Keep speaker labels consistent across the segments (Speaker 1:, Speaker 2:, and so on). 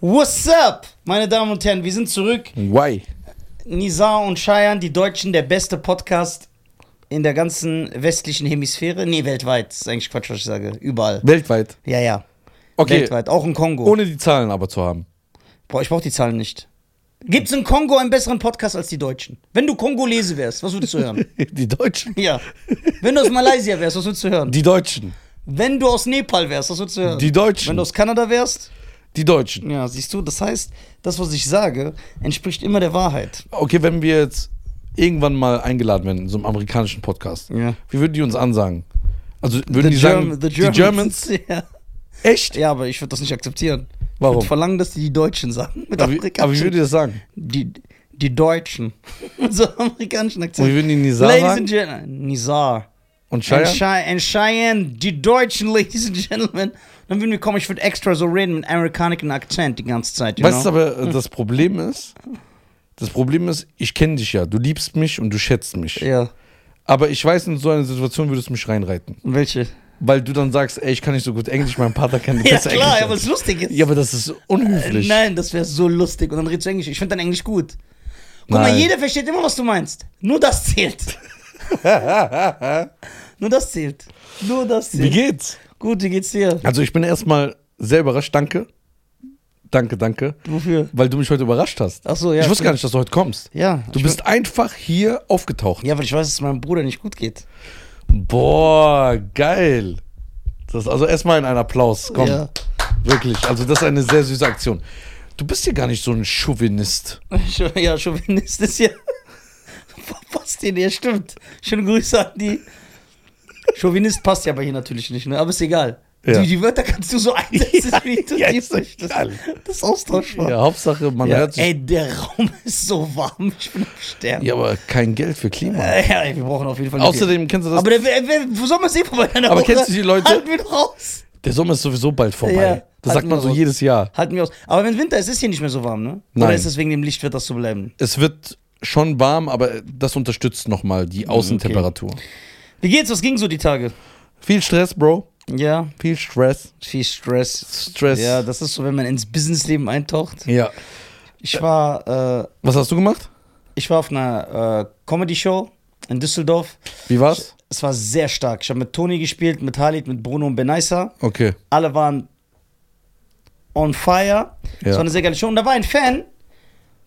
Speaker 1: What's up, meine Damen und Herren? Wir sind zurück.
Speaker 2: Why?
Speaker 1: Nisa und Cheyenne, die Deutschen, der beste Podcast in der ganzen westlichen Hemisphäre. Nee, weltweit. Das ist eigentlich Quatsch, was ich sage. Überall.
Speaker 2: Weltweit.
Speaker 1: Ja, ja.
Speaker 2: Okay.
Speaker 1: Weltweit. Auch in Kongo.
Speaker 2: Ohne die Zahlen aber zu haben.
Speaker 1: Boah, ich brauche die Zahlen nicht. Gibt es in Kongo einen besseren Podcast als die Deutschen? Wenn du Kongolese wärst, was würdest du hören?
Speaker 2: Die Deutschen.
Speaker 1: ja. Wenn du aus Malaysia wärst, was würdest du hören?
Speaker 2: Die Deutschen.
Speaker 1: Wenn du aus Nepal wärst, was würdest du hören?
Speaker 2: Die Deutschen.
Speaker 1: Wenn du aus Kanada wärst?
Speaker 2: Die Deutschen.
Speaker 1: Ja, siehst du, das heißt, das, was ich sage, entspricht immer der Wahrheit.
Speaker 2: Okay, wenn wir jetzt irgendwann mal eingeladen werden in so einem amerikanischen Podcast,
Speaker 1: Ja.
Speaker 2: wie würden die uns ansagen? Also würden die
Speaker 1: Germ-
Speaker 2: sagen,
Speaker 1: the
Speaker 2: die Germans?
Speaker 1: Ja.
Speaker 2: Echt?
Speaker 1: ja, aber ich würde das nicht akzeptieren. Ich
Speaker 2: Warum?
Speaker 1: würde verlangen, dass die die Deutschen sagen. Mit
Speaker 2: Aber, wie- aber wie würden die das sagen?
Speaker 1: die, die Deutschen. so amerikanischen
Speaker 2: Und
Speaker 1: Akzent.
Speaker 2: wie würden die Nizar
Speaker 1: Ladies and
Speaker 2: sagen?
Speaker 1: Gentlemen. Nizar.
Speaker 2: Und
Speaker 1: And,
Speaker 2: Shire?
Speaker 1: Chey- and Cheyenne, die Deutschen, Ladies and Gentlemen. Dann würden wir kommen, ich würde extra so reden mit amerikanischen Akzent die ganze Zeit. You
Speaker 2: Weißt du
Speaker 1: know?
Speaker 2: aber, äh, das Problem ist, das Problem ist, ich kenne dich ja, du liebst mich und du schätzt mich.
Speaker 1: Ja.
Speaker 2: Aber ich weiß, in so einer Situation würdest du mich reinreiten.
Speaker 1: Welche?
Speaker 2: Weil du dann sagst, ey, ich kann nicht so gut Englisch, mein Partner kann
Speaker 1: Ja,
Speaker 2: besser
Speaker 1: klar, aber
Speaker 2: Englisch.
Speaker 1: es ist lustig jetzt.
Speaker 2: Ja, aber das ist unhöflich.
Speaker 1: Äh, Nein, das wäre so lustig. Und dann redest du Englisch. Ich finde dein Englisch gut. Guck mal,
Speaker 2: Nein.
Speaker 1: jeder versteht immer, was du meinst. Nur das zählt. Nur das zählt. Nur das
Speaker 2: Wie
Speaker 1: zählt.
Speaker 2: geht's?
Speaker 1: gut, wie geht's dir?
Speaker 2: Also ich bin erstmal sehr überrascht. Danke. Danke, danke.
Speaker 1: Wofür?
Speaker 2: Weil du mich heute überrascht hast.
Speaker 1: Ach so, ja,
Speaker 2: Ich wusste
Speaker 1: klar.
Speaker 2: gar nicht, dass du heute kommst.
Speaker 1: Ja.
Speaker 2: Du
Speaker 1: ich
Speaker 2: bist einfach hier aufgetaucht.
Speaker 1: Ja, weil ich weiß, dass es meinem Bruder nicht gut geht.
Speaker 2: Boah, geil. Das ist also erstmal ein Applaus. Komm.
Speaker 1: Ja.
Speaker 2: Wirklich. Also das ist eine sehr süße Aktion. Du bist ja gar nicht so ein Chauvinist.
Speaker 1: Schon- Ja, schon mindestens ja. Passt dir, ja, stimmt. Schöne Grüße an die. Chauvinist passt ja bei hier natürlich nicht, ne? aber ist egal.
Speaker 2: Ja.
Speaker 1: Die, die Wörter kannst du so einsetzen, wie du
Speaker 2: ja,
Speaker 1: die
Speaker 2: ist
Speaker 1: möchtest.
Speaker 2: egal.
Speaker 1: Das ist austauschbar.
Speaker 2: Ja, Hauptsache, man
Speaker 1: Ja,
Speaker 2: hört sich.
Speaker 1: ey, der Raum ist so warm, ich bin am Sterben.
Speaker 2: Ja, aber kein Geld für Klima.
Speaker 1: Äh, ja, ey, wir brauchen auf jeden Fall.
Speaker 2: Außerdem kennst du das.
Speaker 1: Aber der, wer, wer, wo soll man sehen bei einer
Speaker 2: Aber
Speaker 1: Woche?
Speaker 2: kennst du die Leute?
Speaker 1: Halten wir doch aus.
Speaker 2: der Sommer ist sowieso bald vorbei.
Speaker 1: Ja, Also,
Speaker 2: das
Speaker 1: halten
Speaker 2: sagt man
Speaker 1: wir
Speaker 2: so
Speaker 1: raus.
Speaker 2: jedes Jahr.
Speaker 1: Halten wir aus. Aber wenn Winter ist, ist hier nicht mehr so warm, ne? Oder
Speaker 2: Nein.
Speaker 1: ist es wegen dem Licht, wird das so bleiben?
Speaker 2: es wird schon warm, aber das unterstützt nochmal
Speaker 1: Mhm,
Speaker 2: die Außentemperatur.
Speaker 1: Wie geht's? Was ging so die Tage?
Speaker 2: Viel Stress, Bro.
Speaker 1: Ja,
Speaker 2: Viel Stress.
Speaker 1: viel Stress.
Speaker 2: Stress.
Speaker 1: Ja, das ist so, wenn man ins Businessleben eintaucht.
Speaker 2: Ja.
Speaker 1: Ich war, äh,
Speaker 2: Was hast du gemacht?
Speaker 1: ich war auf einer äh, Comedy-Show in Düsseldorf.
Speaker 2: Wie war's?
Speaker 1: Es war sehr stark. Ich habe mit Toni gespielt, mit Halid, mit Bruno und Benaisa.
Speaker 2: Okay.
Speaker 1: alle waren on fire. Es
Speaker 2: Ja.
Speaker 1: war eine sehr geile Show. Und da war ein Fan,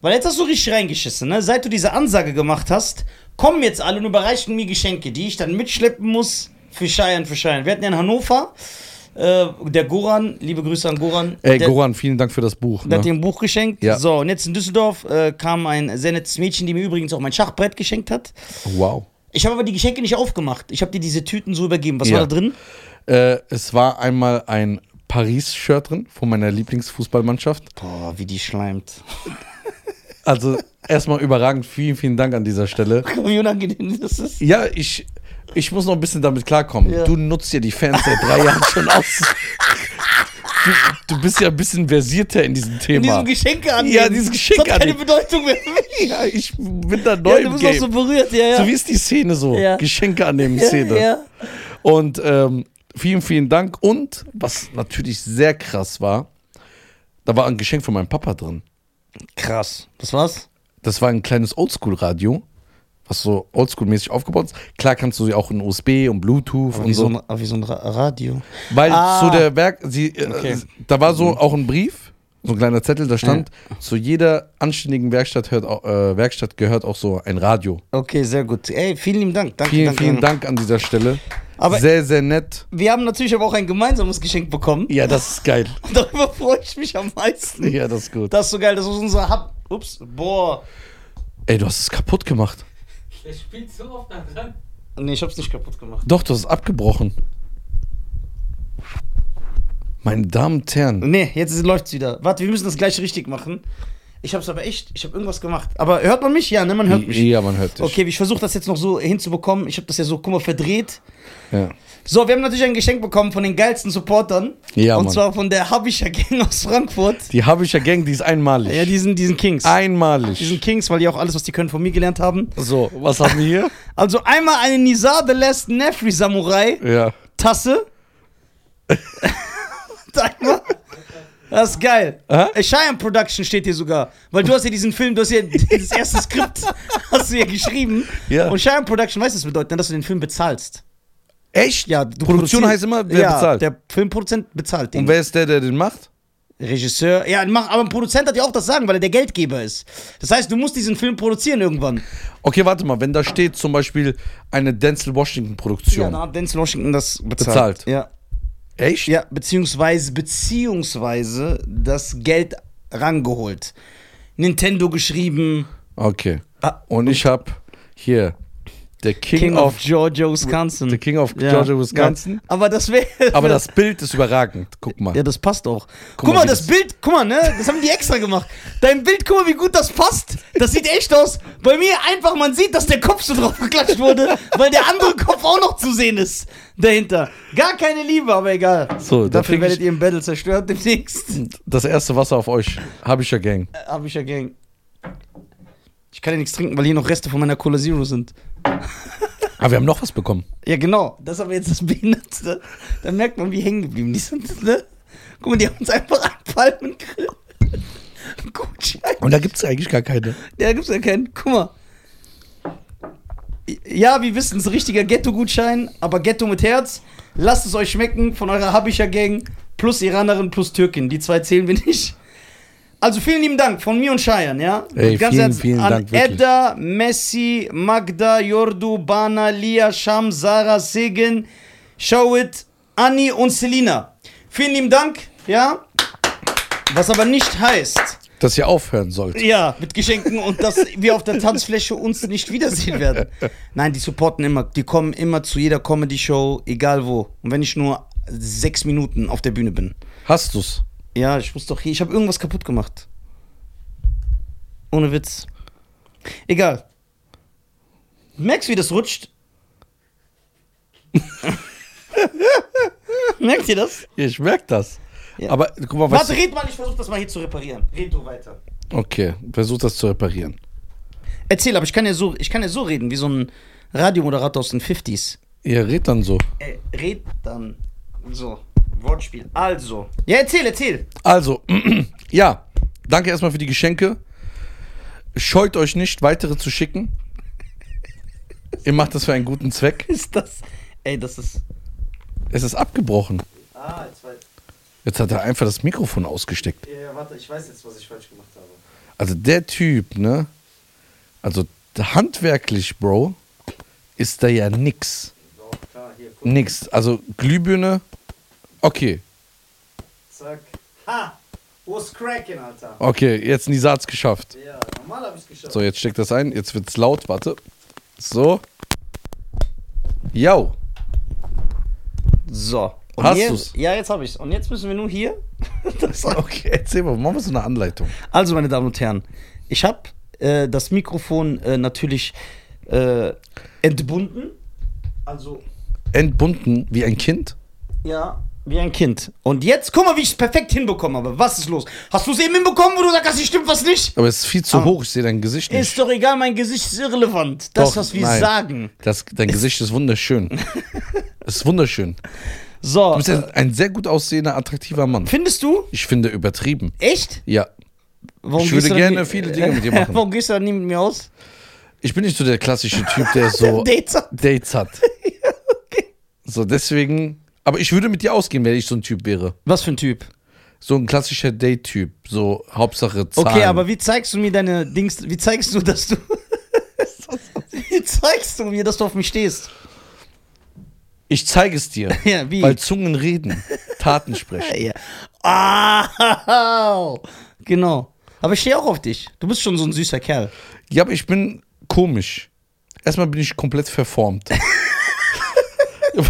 Speaker 1: weil jetzt hast du richtig reingeschissen, ne? Seit du diese Ansage gemacht hast, kommen jetzt alle und überreichen mir Geschenke, die ich dann mitschleppen muss für Scheiern, für Scheiern. Wir hatten ja in Hannover, äh, der Goran, liebe Grüße an Goran.
Speaker 2: Ey,
Speaker 1: der,
Speaker 2: Goran, vielen Dank für das Buch.
Speaker 1: der hat dir
Speaker 2: Ne?
Speaker 1: ein Buch geschenkt.
Speaker 2: Ja.
Speaker 1: So, und jetzt in Düsseldorf äh, kam ein sehr nettes Mädchen, die mir übrigens auch mein Schachbrett geschenkt hat.
Speaker 2: Wow.
Speaker 1: Ich habe aber die Geschenke nicht aufgemacht. Ich habe dir diese Tüten so übergeben. Was
Speaker 2: Ja.
Speaker 1: war da drin?
Speaker 2: Äh, es war einmal ein Paris-Shirt drin von meiner Lieblingsfußballmannschaft.
Speaker 1: Boah, wie die schleimt.
Speaker 2: Also erstmal überragend. Vielen, vielen Dank an dieser Stelle.
Speaker 1: Wie unangenehm das ist.
Speaker 2: Ja, ich, ich muss noch ein bisschen damit klarkommen.
Speaker 1: Ja.
Speaker 2: Du nutzt ja die Fans seit drei Jahren schon aus. Du, du bist ja ein bisschen versierter in diesem Thema.
Speaker 1: In diesem Geschenke an
Speaker 2: Ja, dieses Geschenk
Speaker 1: Das hat keine
Speaker 2: annehmen.
Speaker 1: Bedeutung mehr für mich.
Speaker 2: Ja, ich bin da
Speaker 1: Ja,
Speaker 2: neu
Speaker 1: du
Speaker 2: im
Speaker 1: bist auch
Speaker 2: Game.
Speaker 1: so
Speaker 2: So,
Speaker 1: berührt, ja, ja.
Speaker 2: wie ist die Szene so?
Speaker 1: Ja.
Speaker 2: Geschenke annehmen
Speaker 1: ja,
Speaker 2: Szene.
Speaker 1: Ja.
Speaker 2: Und ähm, vielen, vielen Dank. Und was natürlich sehr krass war, da war ein Geschenk von meinem Papa drin.
Speaker 1: Krass. Das war's?
Speaker 2: Das war ein kleines Oldschool-Radio, was so Oldschool-mäßig aufgebaut ist. Klar kannst du sie auch in USB und Bluetooth
Speaker 1: Aber
Speaker 2: und
Speaker 1: wie so ein,
Speaker 2: so.
Speaker 1: aber wie so ein Ra Radio.
Speaker 2: Weil
Speaker 1: Ah.
Speaker 2: zu der Werk, sie, äh,
Speaker 1: Okay. Mhm.
Speaker 2: da war so auch ein Brief, so ein kleiner Zettel, da stand, zu jeder anständigen Werkstatt, hört, au- äh, Werkstatt gehört auch so ein Radio.
Speaker 1: Okay, sehr gut. Ey, vielen lieben Dank. Danke,
Speaker 2: Vielen,
Speaker 1: danke.
Speaker 2: vielen Dank an dieser Stelle.
Speaker 1: Aber-
Speaker 2: sehr, sehr nett.
Speaker 1: Wir haben natürlich aber auch ein gemeinsames Geschenk bekommen.
Speaker 2: Ja, das ist geil.
Speaker 1: Und darüber freue ich mich am meisten.
Speaker 2: Ja, das ist gut.
Speaker 1: Das ist so geil, das ist unser Hub. Ups, boah.
Speaker 2: Ey, du hast es kaputt gemacht.
Speaker 3: Der spielt so oft da dran.
Speaker 1: Nee, ich hab's nicht kaputt gemacht.
Speaker 2: Doch, du hast es abgebrochen. Meine Damen und Herren.
Speaker 1: Nee, jetzt ist- läuft's wieder. Warte, wir müssen das gleich richtig machen. Ich hab's aber echt, ich hab irgendwas gemacht. Aber hört man mich? Ja, ne, man hört mich.
Speaker 2: Ja, man hört dich.
Speaker 1: Okay, ich versuche das jetzt noch so hinzubekommen. Ich habe das ja so, guck mal, verdreht.
Speaker 2: Ja.
Speaker 1: So, wir haben natürlich ein Geschenk bekommen von den geilsten Supportern.
Speaker 2: Ja,
Speaker 1: Und
Speaker 2: Mann.
Speaker 1: zwar von der Habischer Gang aus Frankfurt.
Speaker 2: Die Habischer Gang, die ist einmalig.
Speaker 1: Ja, diesen, diesen Kings.
Speaker 2: Ah. einmalig.
Speaker 1: Diesen Kings, weil die auch alles, was die können, von mir gelernt haben.
Speaker 2: so, was haben wir hier?
Speaker 1: Also einmal eine Nizar The Last Nefri Samurai
Speaker 2: ja.
Speaker 1: Tasse. Und einmal Das ist geil.
Speaker 2: Hä?
Speaker 1: Äh? Cheyenne Production steht hier sogar. Weil du hast ja diesen Film, du hast ja das erste Skript hast du ja geschrieben.
Speaker 2: Ja.
Speaker 1: Und Cheyenne Production, weißt du, was das bedeutet? ne? Dass du den Film bezahlst.
Speaker 2: Echt?
Speaker 1: Ja, du
Speaker 2: Produktion
Speaker 1: produzierst-
Speaker 2: heißt immer, wer
Speaker 1: ja,
Speaker 2: bezahlt.
Speaker 1: der Filmproduzent bezahlt den.
Speaker 2: Und wer ist der, der den macht?
Speaker 1: Regisseur, ja, mach- aber ein Produzent hat ja auch das Sagen, weil er der Geldgeber ist. Das heißt, du musst diesen Film produzieren irgendwann.
Speaker 2: Okay, warte mal, wenn da steht zum Beispiel eine Denzel
Speaker 1: Ja,
Speaker 2: Washington-Produktion.
Speaker 1: dann hat Denzel Washington das bezahlt.
Speaker 2: Bezahlt.
Speaker 1: Ja.
Speaker 2: Echt?
Speaker 1: ja, beziehungsweise, beziehungsweise das Geld rangeholt. Nintendo geschrieben.
Speaker 2: Okay.
Speaker 1: Ah,
Speaker 2: Und ich habe hier der King,
Speaker 1: King
Speaker 2: of,
Speaker 1: of Georgia, Wisconsin.
Speaker 2: The King of Georgia, Wisconsin.
Speaker 1: Ja. Aber das wäre.
Speaker 2: Aber das Bild ist überragend. Guck mal.
Speaker 1: Ja, das passt auch. Guck,
Speaker 2: mal,
Speaker 1: mal,
Speaker 2: wie
Speaker 1: das
Speaker 2: das-
Speaker 1: Bild, guck mal, ne? Das haben die extra gemacht. Dein Bild, guck mal, wie gut das passt. Das sieht echt aus. Bei mir einfach, man sieht, dass der Kopf so drauf geklatscht wurde, weil der andere Kopf auch noch zu sehen ist dahinter. Gar keine Liebe, aber egal.
Speaker 2: So, da
Speaker 1: Dafür
Speaker 2: krieg
Speaker 1: werdet
Speaker 2: ich-
Speaker 1: ihr im Battle zerstört demnächst.
Speaker 2: Das erste Wasser auf euch. Hab ich ja Gang.
Speaker 1: Hab ich ja Gang. Ich kann ja nichts trinken, weil hier noch Reste von meiner Cola Zero sind.
Speaker 2: Aber wir haben noch was bekommen.
Speaker 1: Ja, genau. Das ist aber jetzt das Behinderte. Da merkt man, wie hängen geblieben die sind. Ne? Guck mal, die haben uns einfach an Palmengrill. Gutschein.
Speaker 2: Und da gibt es eigentlich gar keine.
Speaker 1: Ja, da gibt's ja keinen. Guck mal. Ja, wir wissen es, richtiger Ghetto-Gutschein, aber Ghetto mit Herz. Lasst es euch schmecken von eurer Habischer Gang plus Iranerin plus Türkin. Die zwei zählen wir nicht. Also vielen lieben Dank von mir und Cheyenne, ja?
Speaker 2: Ey,
Speaker 1: Und
Speaker 2: vielen,
Speaker 1: herzlich
Speaker 2: vielen
Speaker 1: an
Speaker 2: Dank, wirklich.
Speaker 1: Edda, Messi, Magda, Jordu, Bana, Lia, Sham, Sarah, Segen, Showit, Anni und Selina. Vielen lieben Dank, ja? Was aber nicht heißt,
Speaker 2: Dass ihr aufhören sollt.
Speaker 1: ja, mit Geschenken und dass wir auf der Tanzfläche uns nicht wiedersehen werden. Nein, die supporten immer. Die kommen immer zu jeder Comedy-Show, egal wo. Und wenn ich nur sechs Minuten auf der Bühne bin.
Speaker 2: Hast du's?
Speaker 1: Ja, ich muss doch hier. Ich habe irgendwas kaputt gemacht. Ohne Witz. Egal. Merkst du, wie das rutscht? Merkt ihr das?
Speaker 2: Ich merk das.
Speaker 1: Ja.
Speaker 2: Aber guck mal, was.
Speaker 1: Warte, red mal, ich versuche das mal hier zu reparieren. Red du weiter.
Speaker 2: Okay, versuch das zu reparieren.
Speaker 1: Erzähl, aber ich kann ja so, ich kann ja so reden, wie so ein Radiomoderator aus den 50s.
Speaker 2: Ihr redet dann so.
Speaker 1: Äh, red dann so. Wortspiel. Also. Ja, erzähl, erzähl.
Speaker 2: Also, ja, danke erstmal für die Geschenke. Scheut euch nicht, weitere zu schicken. Ihr macht das für einen guten Zweck.
Speaker 1: Ist das. Ey, das ist.
Speaker 2: Es ist abgebrochen.
Speaker 1: Ah, jetzt weiß.
Speaker 2: Jetzt hat er einfach das Mikrofon ausgesteckt.
Speaker 1: Ja, warte, ich weiß jetzt, was ich falsch gemacht habe.
Speaker 2: Also der Typ, ne? Also handwerklich, Bro, ist da ja nix.
Speaker 1: Doch, klar, hier, guck,
Speaker 2: Nix. Also Glühbirne, okay.
Speaker 1: zack. Ha! Wo's cracking, Alter?
Speaker 2: Okay, jetzt Nisa hat's geschafft.
Speaker 1: Ja, normal hab ich's geschafft.
Speaker 2: So, jetzt steckt das ein. Jetzt wird's laut. Warte. So. Yo.
Speaker 1: So.
Speaker 2: Hast
Speaker 1: hier-
Speaker 2: du's?
Speaker 1: Ja, jetzt hab ich's. Und jetzt müssen wir nur hier. das
Speaker 2: Okay, erzähl mal, machen wir so eine Anleitung.
Speaker 1: Also, meine Damen und Herren, ich habe äh, das Mikrofon äh, natürlich äh, entbunden. Also,
Speaker 2: Entbunden wie ein Kind?
Speaker 1: ja, wie ein Kind. Und jetzt, guck mal, wie ich es perfekt hinbekommen habe. Was ist los? Hast du es eben hinbekommen, wo du sagst, es stimmt was nicht?
Speaker 2: Aber es ist viel zu
Speaker 1: Ah.
Speaker 2: hoch, ich sehe dein Gesicht nicht.
Speaker 1: Ist doch egal, mein Gesicht ist irrelevant. Das,
Speaker 2: Doch,
Speaker 1: was wir
Speaker 2: nein.
Speaker 1: sagen.
Speaker 2: Das, dein Gesicht ist wunderschön. Es ist wunderschön.
Speaker 1: So,
Speaker 2: Du bist
Speaker 1: äh,
Speaker 2: ein ein sehr gut aussehender, attraktiver Mann.
Speaker 1: findest du?
Speaker 2: Ich finde übertrieben.
Speaker 1: Echt?
Speaker 2: Ja.
Speaker 1: Warum
Speaker 2: Ich
Speaker 1: gehst du
Speaker 2: würde
Speaker 1: dann
Speaker 2: gerne viele Dinge mit dir machen.
Speaker 1: Warum gehst du dann nie mit mir aus?
Speaker 2: Ich bin nicht so der klassische Typ, der so
Speaker 1: Dates hat.
Speaker 2: Dates hat. So, deswegen. Aber ich würde mit dir ausgehen, wenn ich so ein Typ wäre.
Speaker 1: Was für ein Typ?
Speaker 2: So ein klassischer Date-Typ. So Hauptsache Zahlen.
Speaker 1: Okay, aber wie zeigst du mir deine Dings, wie zeigst du, dass du. wie zeigst du mir, dass du auf mich stehst?
Speaker 2: Ich zeige es dir.
Speaker 1: Ja, wie?
Speaker 2: Weil Zungen reden, Taten sprechen.
Speaker 1: ja. Ah, genau. Aber ich stehe auch auf dich. Du bist schon so ein süßer Kerl.
Speaker 2: Ja, aber ich bin komisch. Erstmal bin ich komplett verformt.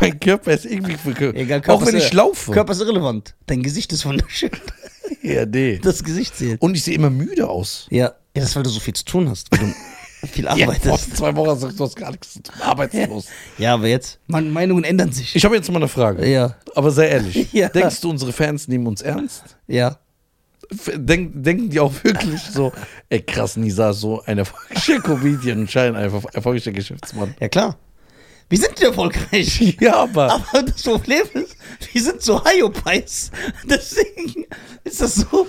Speaker 2: mein Körper ist irgendwie verkürzt.
Speaker 1: Egal, Körper
Speaker 2: Auch wenn
Speaker 1: ist-
Speaker 2: ich laufe.
Speaker 1: Körper ist irrelevant. Dein Gesicht ist wunderschön.
Speaker 2: ja, nee.
Speaker 1: Das Gesicht zählt.
Speaker 2: Und ich sehe immer müde aus.
Speaker 1: Ja. ja, das ist, weil du so viel zu tun hast. Weil du viel
Speaker 2: vor
Speaker 1: arbeitest.
Speaker 2: zwei Wochen sagst du, du hast gar nichts zu tun. Arbeitslos.
Speaker 1: Ja, aber jetzt. Meine Meinungen ändern sich.
Speaker 2: Ich habe jetzt mal eine Frage.
Speaker 1: Ja.
Speaker 2: Aber sei ehrlich.
Speaker 1: Ja.
Speaker 2: Denkst du, unsere Fans nehmen uns ernst?
Speaker 1: ja.
Speaker 2: F- Denk, denken die auch wirklich so, ey krass, Nisa, ist so ein erfolgreicher Comedian und scheint einfach erfolgreicher Geschäftsmann.
Speaker 1: Ja, klar. Wir sind erfolgreich.
Speaker 2: Ja, aber.
Speaker 1: Aber das Problem ist, wir sind so Hyopies. Deswegen ist das so.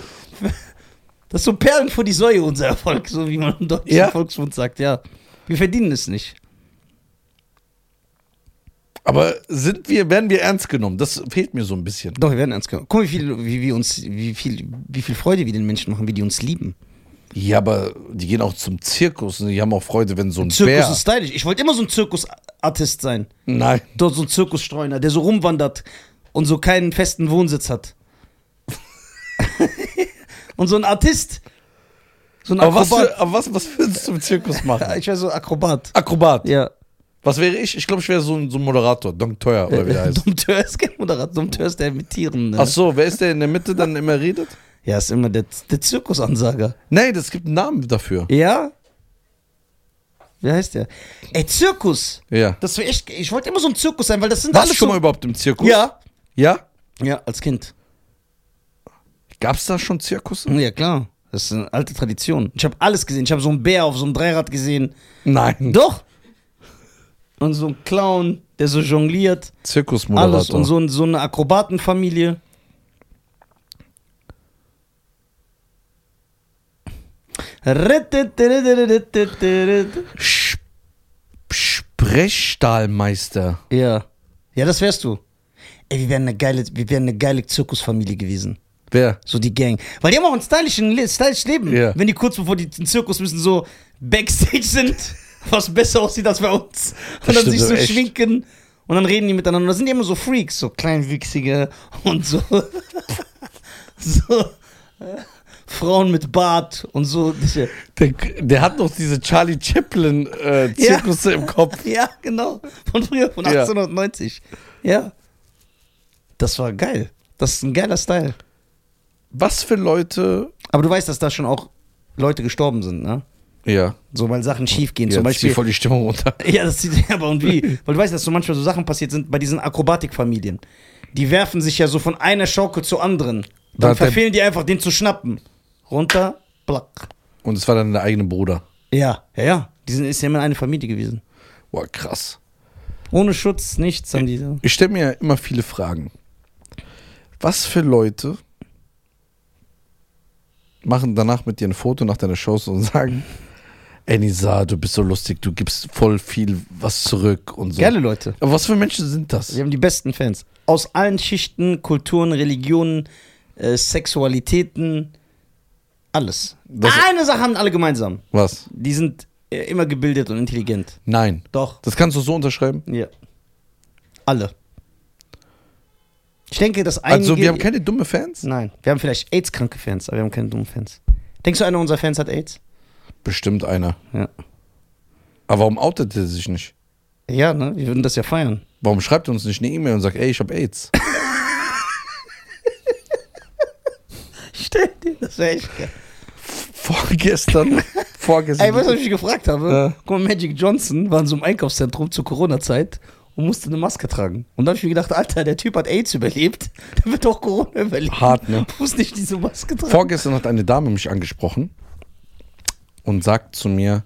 Speaker 1: Das ist so Perlen vor die Säue, unser Erfolg, so wie man im deutschen
Speaker 2: Ja.
Speaker 1: Volksmund sagt, ja. Wir verdienen es nicht.
Speaker 2: Aber sind wir, werden wir ernst genommen? Das fehlt mir so ein bisschen.
Speaker 1: Doch, wir werden ernst genommen. Guck mal, wie viel, wie, wie, uns, wie, viel, wie viel Freude wir den Menschen machen, wie die uns lieben.
Speaker 2: Ja, aber die gehen auch zum Zirkus und die haben auch Freude, wenn so ein
Speaker 1: Zirkus
Speaker 2: Bär.
Speaker 1: ist stylisch. Ich wollte immer so ein Zirkusartist sein.
Speaker 2: Nein.
Speaker 1: Dort so ein Zirkusstreuner, der so rumwandert und so keinen festen Wohnsitz hat. und so ein Artist. So ein
Speaker 2: Aber was,
Speaker 1: Akrobat.
Speaker 2: für, aber was, was würdest du im Zirkus
Speaker 1: Ja,
Speaker 2: machen?
Speaker 1: Ich wäre so Akrobat.
Speaker 2: Akrobat.
Speaker 1: Ja.
Speaker 2: Was wäre ich? Ich glaube, ich wäre so ein, so ein Moderator. Don Teuer oder wie der heißt.
Speaker 1: Dompteur ist kein Moderator, Dompteur ist der mit Tieren. Ne?
Speaker 2: Ach so, wer ist der in der Mitte dann immer redet?
Speaker 1: Ja, ist immer der, der Zirkusansager.
Speaker 2: Nein, das gibt einen Namen dafür.
Speaker 1: Ja? Wie heißt der? Ey, Zirkus!
Speaker 2: Ja.
Speaker 1: Das wär echt, ich wollte immer so ein Zirkus sein, weil das sind
Speaker 2: Warst du
Speaker 1: alles
Speaker 2: schon
Speaker 1: so,
Speaker 2: mal überhaupt im Zirkus?
Speaker 1: Ja.
Speaker 2: Ja?
Speaker 1: Ja, als Kind.
Speaker 2: Gab's da schon Zirkusse?
Speaker 1: Ja, klar. Das ist eine alte Tradition. Ich habe alles gesehen. Ich habe so einen Bär auf so einem Dreirad gesehen.
Speaker 2: Nein.
Speaker 1: Doch! Und so einen Clown, der so jongliert.
Speaker 2: Zirkusmoderator.
Speaker 1: Alles. Und so, ein- so eine Akrobatenfamilie.
Speaker 2: Sch- Sprechstahlmeister.
Speaker 1: Ja. Ja, das wärst du. Ey, wir wären eine geile, wir wären eine geile Zirkusfamilie gewesen.
Speaker 2: Wer?
Speaker 1: So die Gang. Weil die haben auch ein stylischen, Le- stylisches Leben.
Speaker 2: Ja.
Speaker 1: Wenn die kurz bevor die den Zirkus müssen, so Backstage sind, was besser aussieht als bei uns. Und
Speaker 2: Das
Speaker 1: dann
Speaker 2: stimmt
Speaker 1: sich so
Speaker 2: aber echt.
Speaker 1: schminken. Und dann reden die miteinander. Und da sind die immer so Freaks, so kleinwüchsige und so. so. äh, Frauen mit Bart und so.
Speaker 2: Der, der hat noch diese Charlie Chaplin äh,
Speaker 1: Ja.
Speaker 2: Zirkusse im Kopf.
Speaker 1: Ja, genau. Von früher, von
Speaker 2: Ja.
Speaker 1: 1890. Ja. Das war geil. Das ist ein geiler Style.
Speaker 2: Was für Leute?
Speaker 1: Aber du weißt, dass da schon auch Leute gestorben sind, ne?
Speaker 2: Ja.
Speaker 1: So, weil Sachen schief gehen. Zum
Speaker 2: Jetzt zieht
Speaker 1: Beispiel.
Speaker 2: voll die Stimmung runter.
Speaker 1: Ja, das zieht aber und wie? Weil du weißt, dass so manchmal so Sachen passiert sind bei diesen Akrobatikfamilien. Die werfen sich ja so von einer Schaukel zur anderen.
Speaker 2: Da
Speaker 1: Dann
Speaker 2: hat der-
Speaker 1: verfehlen die einfach, den zu schnappen. Runter, plack.
Speaker 2: Und es war dann der eigene Bruder.
Speaker 1: Ja, ja, ja. Die sind, ist ja immer eine Familie gewesen.
Speaker 2: Boah, krass.
Speaker 1: Ohne Schutz, nichts an diese.
Speaker 2: Ich stelle mir ja immer viele Fragen. Was für Leute machen danach mit dir ein Foto nach deiner Show und sagen, ey Nisa, du bist so lustig, du gibst voll viel was zurück und so.
Speaker 1: Geile Leute.
Speaker 2: Aber was für Menschen sind das?
Speaker 1: Sie haben die besten Fans. Aus allen Schichten, Kulturen, Religionen, äh, Sexualitäten, alles.
Speaker 2: Das-
Speaker 1: Eine Sache haben alle gemeinsam.
Speaker 2: Was?
Speaker 1: Die sind äh, immer gebildet und intelligent.
Speaker 2: Nein.
Speaker 1: Doch.
Speaker 2: Das kannst du so unterschreiben?
Speaker 1: Ja. Alle. Ich denke, dass einige.
Speaker 2: Also, wir haben keine dumme Fans?
Speaker 1: Nein, wir haben vielleicht AIDS-kranke Fans, aber wir haben keine dummen Fans. Denkst du, einer unserer Fans hat AIDS?
Speaker 2: Bestimmt einer.
Speaker 1: Ja.
Speaker 2: Aber warum outet er sich nicht?
Speaker 1: Ja, ne? Wir würden das ja feiern.
Speaker 2: Warum schreibt er uns nicht eine E-Mail und sagt, ey, ich habe AIDS?
Speaker 1: Stell dir das wäre echt geil.
Speaker 2: Vorgestern. vorgestern.
Speaker 1: Ey, weißt du, was ich mich gefragt habe?
Speaker 2: Ja.
Speaker 1: Guck mal, Magic Johnson war in so einem Einkaufszentrum zur Corona-Zeit und musste eine Maske tragen. Und da habe ich mir gedacht, Alter, der Typ hat AIDS überlebt, der wird doch Corona überleben.
Speaker 2: Hart, ne?
Speaker 1: Muss nicht diese Maske tragen.
Speaker 2: Vorgestern hat eine Dame mich angesprochen und sagt zu mir,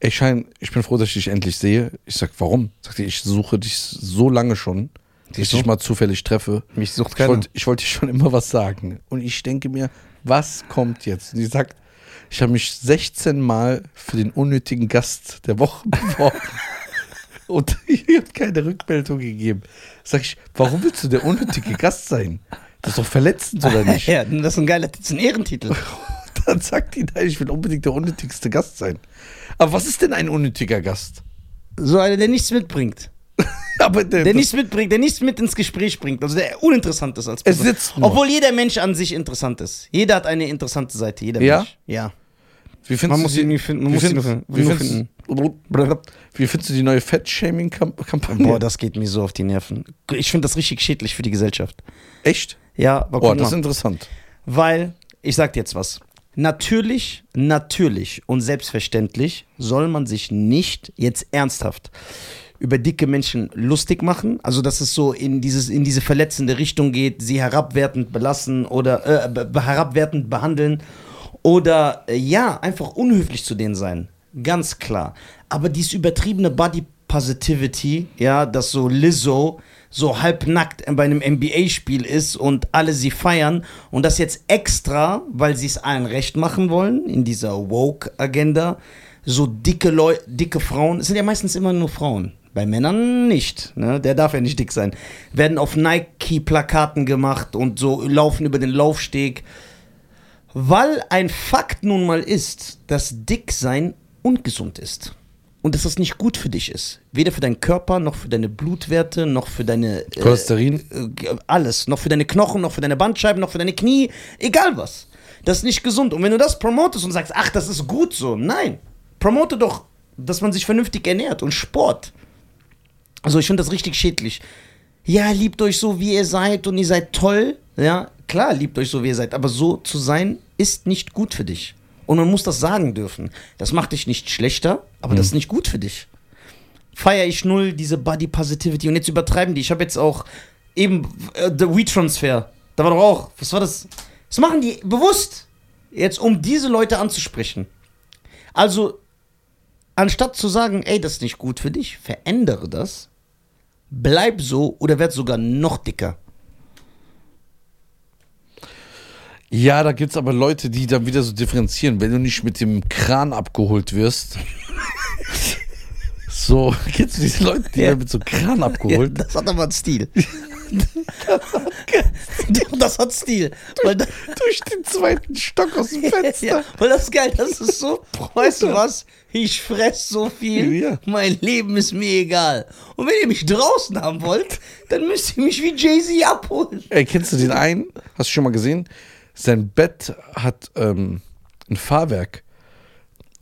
Speaker 2: ey Schein, ich bin froh, dass ich dich endlich sehe. Ich sag, warum? Sagt sie, ich suche dich so lange schon, dass ich
Speaker 1: Siehst du?
Speaker 2: dich mal zufällig treffe.
Speaker 1: Mich sucht
Speaker 2: Ich
Speaker 1: keiner.
Speaker 2: wollte ich wollt dir schon immer was sagen. Und ich denke mir, was kommt jetzt? Und die sagt, ich habe mich 16 Mal für den unnötigen Gast der Woche beworben. Und ihr habt keine Rückmeldung gegeben. Sag ich, warum willst du der unnötige Gast sein? Das ist doch verletzend, oder nicht?
Speaker 1: ja, das ist ein geiler, das ist ein Ehrentitel.
Speaker 2: Dann sagt die, nein, ich will unbedingt der unnötigste Gast sein. Aber was ist denn ein unnötiger Gast?
Speaker 1: So einer, der nichts mitbringt.
Speaker 2: Aber der,
Speaker 1: Der nichts mitbringt, der nichts mit ins Gespräch bringt, also der uninteressant ist als
Speaker 2: Es sitzt nur.
Speaker 1: Obwohl jeder Mensch an sich interessant ist. Jeder hat eine interessante Seite, jeder
Speaker 2: Ja?
Speaker 1: Mensch. Ja.
Speaker 2: wie findest
Speaker 1: Man
Speaker 2: du
Speaker 1: muss
Speaker 2: die-
Speaker 1: ihn nie finden, man
Speaker 2: wie
Speaker 1: muss ihn
Speaker 2: findest-
Speaker 1: nur finden-
Speaker 2: wie
Speaker 1: nur
Speaker 2: findest- Wie findest du die neue Fettshaming-Kampagne?
Speaker 1: Boah, das geht mir so auf die Nerven. Ich finde das richtig schädlich für die Gesellschaft.
Speaker 2: Echt?
Speaker 1: Ja, aber
Speaker 2: Boah,
Speaker 1: guck
Speaker 2: das ist
Speaker 1: mal.
Speaker 2: interessant.
Speaker 1: Weil, ich sag dir jetzt was. Natürlich, natürlich und selbstverständlich soll man sich nicht jetzt ernsthaft über dicke Menschen lustig machen. Also, dass es so in, dieses, in diese verletzende Richtung geht, sie herabwertend belassen oder äh, be herabwertend behandeln oder äh, ja, einfach unhöflich zu denen sein. Ganz klar. Aber dieses übertriebene Body Positivity, ja, dass so Lizzo so halbnackt bei einem NBA-Spiel ist und alle sie feiern und das jetzt extra, weil sie es allen recht machen wollen, in dieser Woke-Agenda, so dicke Leute, dicke Frauen, es sind ja meistens immer nur Frauen. Bei Männern nicht, ne? der darf ja nicht dick sein. Werden auf Nike-Plakaten gemacht und so laufen über den Laufsteg. Weil ein Fakt nun mal ist, dass Dicksein ungesund ist. Und dass das nicht gut für dich ist. Weder für deinen Körper, noch für deine Blutwerte, noch für deine. äh,
Speaker 2: Cholesterin?
Speaker 1: äh, alles. Noch für deine Knochen, noch für deine Bandscheiben, noch für deine Knie. Egal was. Das ist nicht gesund. Und wenn du das promotest und sagst, ach, das ist gut so. Nein. Promote doch, dass man sich vernünftig ernährt und Sport. Also ich finde das richtig schädlich. Ja, liebt euch so, wie ihr seid und ihr seid toll. Ja, klar, liebt euch so, wie ihr seid. Aber so zu sein ist nicht gut für dich. Und man muss das sagen dürfen. Das macht dich nicht schlechter, aber das ist nicht gut für dich feiere ich null diese Body Positivity und jetzt übertreiben die. Ich habe jetzt auch eben äh, The We Transfer. Da war doch auch, was war das? Das machen die bewusst jetzt, um diese Leute anzusprechen. Also anstatt zu sagen, ey, das ist nicht gut für dich, verändere das, bleib so oder werd sogar noch dicker.
Speaker 2: Ja, da gibt es aber Leute, die dann wieder so differenzieren. Wenn du nicht mit dem Kran abgeholt wirst. so, kennst du diese Leute, die
Speaker 1: Ja.
Speaker 2: werden mit so einem Kran abgeholt?
Speaker 1: das hat aber einen Stil. das hat Stil. Weil da,
Speaker 2: Durch den zweiten Stock aus dem Fenster.
Speaker 1: Ja, weil das ist geil, das ist so, weißt du was? Ich fress so viel,
Speaker 2: Ja.
Speaker 1: mein Leben ist mir egal. Und wenn ihr mich draußen haben wollt, dann müsst ihr mich wie Jay-Z abholen.
Speaker 2: Ey, kennst du den einen? Hast du schon mal gesehen? Sein Bett hat ähm, ein Fahrwerk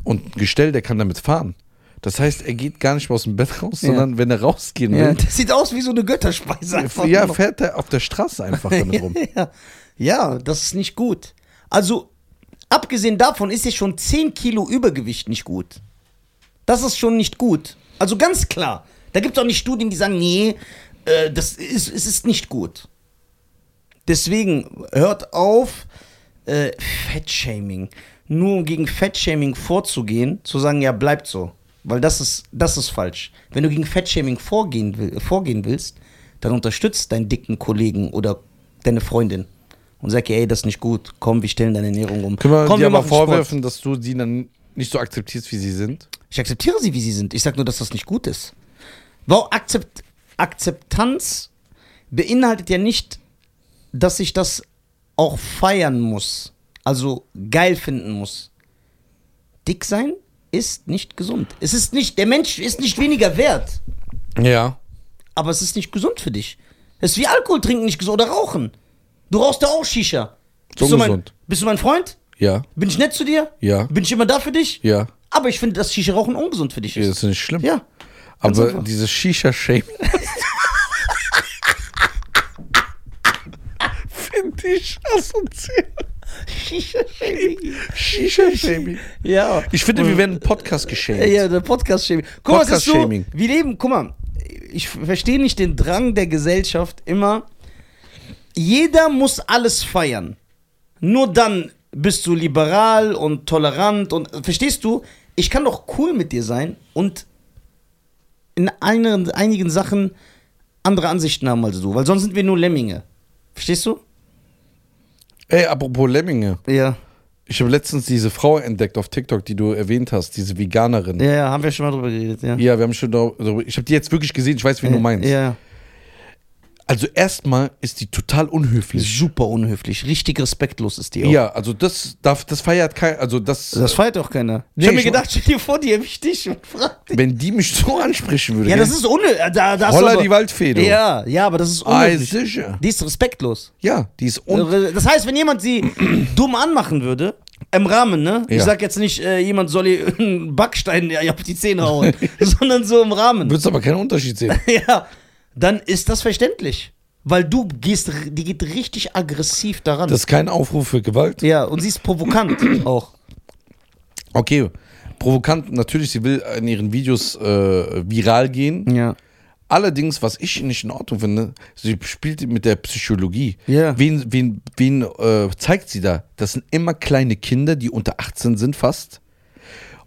Speaker 2: und ein Gestell, der kann damit fahren. Das heißt, er geht gar nicht mehr aus dem Bett raus,
Speaker 1: Ja.
Speaker 2: sondern wenn er rausgehen will,
Speaker 1: Das sieht aus wie so eine Götterspeise einfach.
Speaker 2: ja,
Speaker 1: nur.
Speaker 2: fährt er auf der Straße einfach damit rum.
Speaker 1: ja. ja, das ist nicht gut. Also, abgesehen davon ist ja schon 10 Kilo Übergewicht nicht gut. Das ist schon nicht gut. Also ganz klar. Da gibt es auch nicht Studien, die sagen, nee, äh, das ist, es ist nicht gut. Deswegen hört auf, äh, Fettshaming. Nur um gegen Fettshaming vorzugehen, zu sagen, ja, bleibt so. Weil das ist, das ist falsch. Wenn du gegen Fettshaming vorgehen, will, vorgehen willst, dann unterstützt deinen dicken Kollegen oder deine Freundin und sag ihr, ey, das ist nicht gut. Komm, wir stellen deine Ernährung um.
Speaker 2: Können wir
Speaker 1: Komm,
Speaker 2: dir mal
Speaker 1: machen Sport.
Speaker 2: vorwerfen, dass du die dann nicht so akzeptierst, wie sie sind?
Speaker 1: Ich akzeptiere sie, wie sie sind. Ich sage nur, dass das nicht gut ist. Wow, Akzept, Akzeptanz beinhaltet ja nicht, dass ich das auch feiern muss. Also geil finden muss. Dick sein ist nicht gesund. Es ist nicht, der Mensch ist nicht weniger wert,
Speaker 2: Ja.
Speaker 1: aber es ist nicht gesund für dich. Es ist wie Alkohol trinken nicht gesund oder rauchen. Du rauchst ja auch Shisha. Bist du, mein,
Speaker 2: Ungesund.
Speaker 1: bist du mein Freund?
Speaker 2: Ja.
Speaker 1: Bin ich nett zu dir?
Speaker 2: Ja.
Speaker 1: Bin ich immer da für dich?
Speaker 2: Ja.
Speaker 1: Aber ich finde, dass Shisha-Rauchen ungesund für dich
Speaker 2: Das
Speaker 1: ist.
Speaker 2: ist nicht schlimm.
Speaker 1: Ja. ganz
Speaker 2: Aber
Speaker 1: einfach.
Speaker 2: dieses Shisha-Shame. Finde ich assoziiert. Shisha-Shaming.
Speaker 1: ja.
Speaker 2: Ich finde, wir werden Podcast geschämt.
Speaker 1: Ja, der Podcast-Shaming. Guck mal, es ist so,
Speaker 2: Podcast-Shaming.
Speaker 1: wir leben, guck mal, ich verstehe nicht den Drang der Gesellschaft immer, jeder muss alles feiern. Nur dann bist du liberal und tolerant und, verstehst du, ich kann doch cool mit dir sein und in einigen, einigen Sachen andere Ansichten haben als du, weil sonst sind wir nur Lemminge. Verstehst du?
Speaker 2: Ey, apropos Lemminge.
Speaker 1: Ja.
Speaker 2: Ich habe letztens diese Frau entdeckt auf TikTok, die du erwähnt hast, diese Veganerin. Ja,
Speaker 1: Ja, ja, haben wir schon mal drüber geredet, ja.
Speaker 2: wir haben schon darüber. Ich habe die jetzt wirklich gesehen, ich weiß, wie du meinst.
Speaker 1: Ja,
Speaker 2: Also erstmal ist die total unhöflich.
Speaker 1: super unhöflich. Richtig respektlos ist die auch.
Speaker 2: Ja, also das darf, das feiert kein, also das,
Speaker 1: Das feiert doch keiner.
Speaker 2: Nee,
Speaker 1: ich hab mir
Speaker 2: ich-
Speaker 1: gedacht, stell dir vor, die erwischt dich und fragt dich.
Speaker 2: wenn die mich so ansprechen würde.
Speaker 1: Ja, das
Speaker 2: gell?
Speaker 1: ist unnötig. Da, da hast du
Speaker 2: Holla
Speaker 1: aber-
Speaker 2: die Waldfee, du.
Speaker 1: Ja, ja, aber das ist
Speaker 2: Ah,
Speaker 1: unnötig.
Speaker 2: sicher.
Speaker 1: Die ist respektlos. Äh,
Speaker 2: Ja, die ist un
Speaker 1: das heißt, wenn jemand sie dumm anmachen würde, im Rahmen, ne? Ich
Speaker 2: Ja.
Speaker 1: sag jetzt nicht, äh, jemand soll ihr einen Backstein ja, auf die Zähne hauen, sondern so im Rahmen.
Speaker 2: Würdest aber keinen Unterschied sehen.
Speaker 1: ja, dann ist das verständlich. Weil du gehst, r- die geht richtig aggressiv daran.
Speaker 2: Das ist kein Aufruf für Gewalt.
Speaker 1: ja, und sie ist provokant auch.
Speaker 2: Okay, provokant, natürlich, sie will in ihren Videos äh, viral gehen.
Speaker 1: Ja.
Speaker 2: Allerdings, was ich nicht in Ordnung finde, sie spielt mit der Psychologie.
Speaker 1: Ja.
Speaker 2: Wen, wen, wen äh, zeigt sie da? Das sind immer kleine Kinder, die unter 18 sind fast.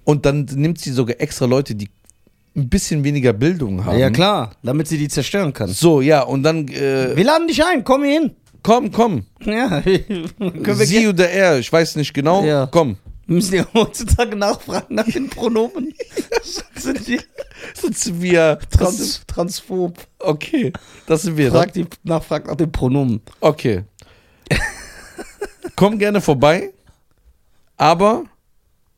Speaker 2: Und dann nimmt sie sogar extra Leute, die ein bisschen weniger Bildung haben.
Speaker 1: Ja, klar, damit sie die zerstören kann.
Speaker 2: So, ja, und dann, äh,
Speaker 1: Wir laden dich ein, komm hier hin.
Speaker 2: komm, komm.
Speaker 1: Ja, können wir
Speaker 2: Sie oder er, ich weiß nicht genau.
Speaker 1: Ja.
Speaker 2: Komm.
Speaker 1: Wir müssen ja heutzutage nachfragen nach den Pronomen. Sonst sind wir
Speaker 2: Sitzen wir.
Speaker 1: trans transphob.
Speaker 2: okay, das sind wir.
Speaker 1: Frag die, nachfrag nach den Pronomen.
Speaker 2: Okay. Komm gerne vorbei, aber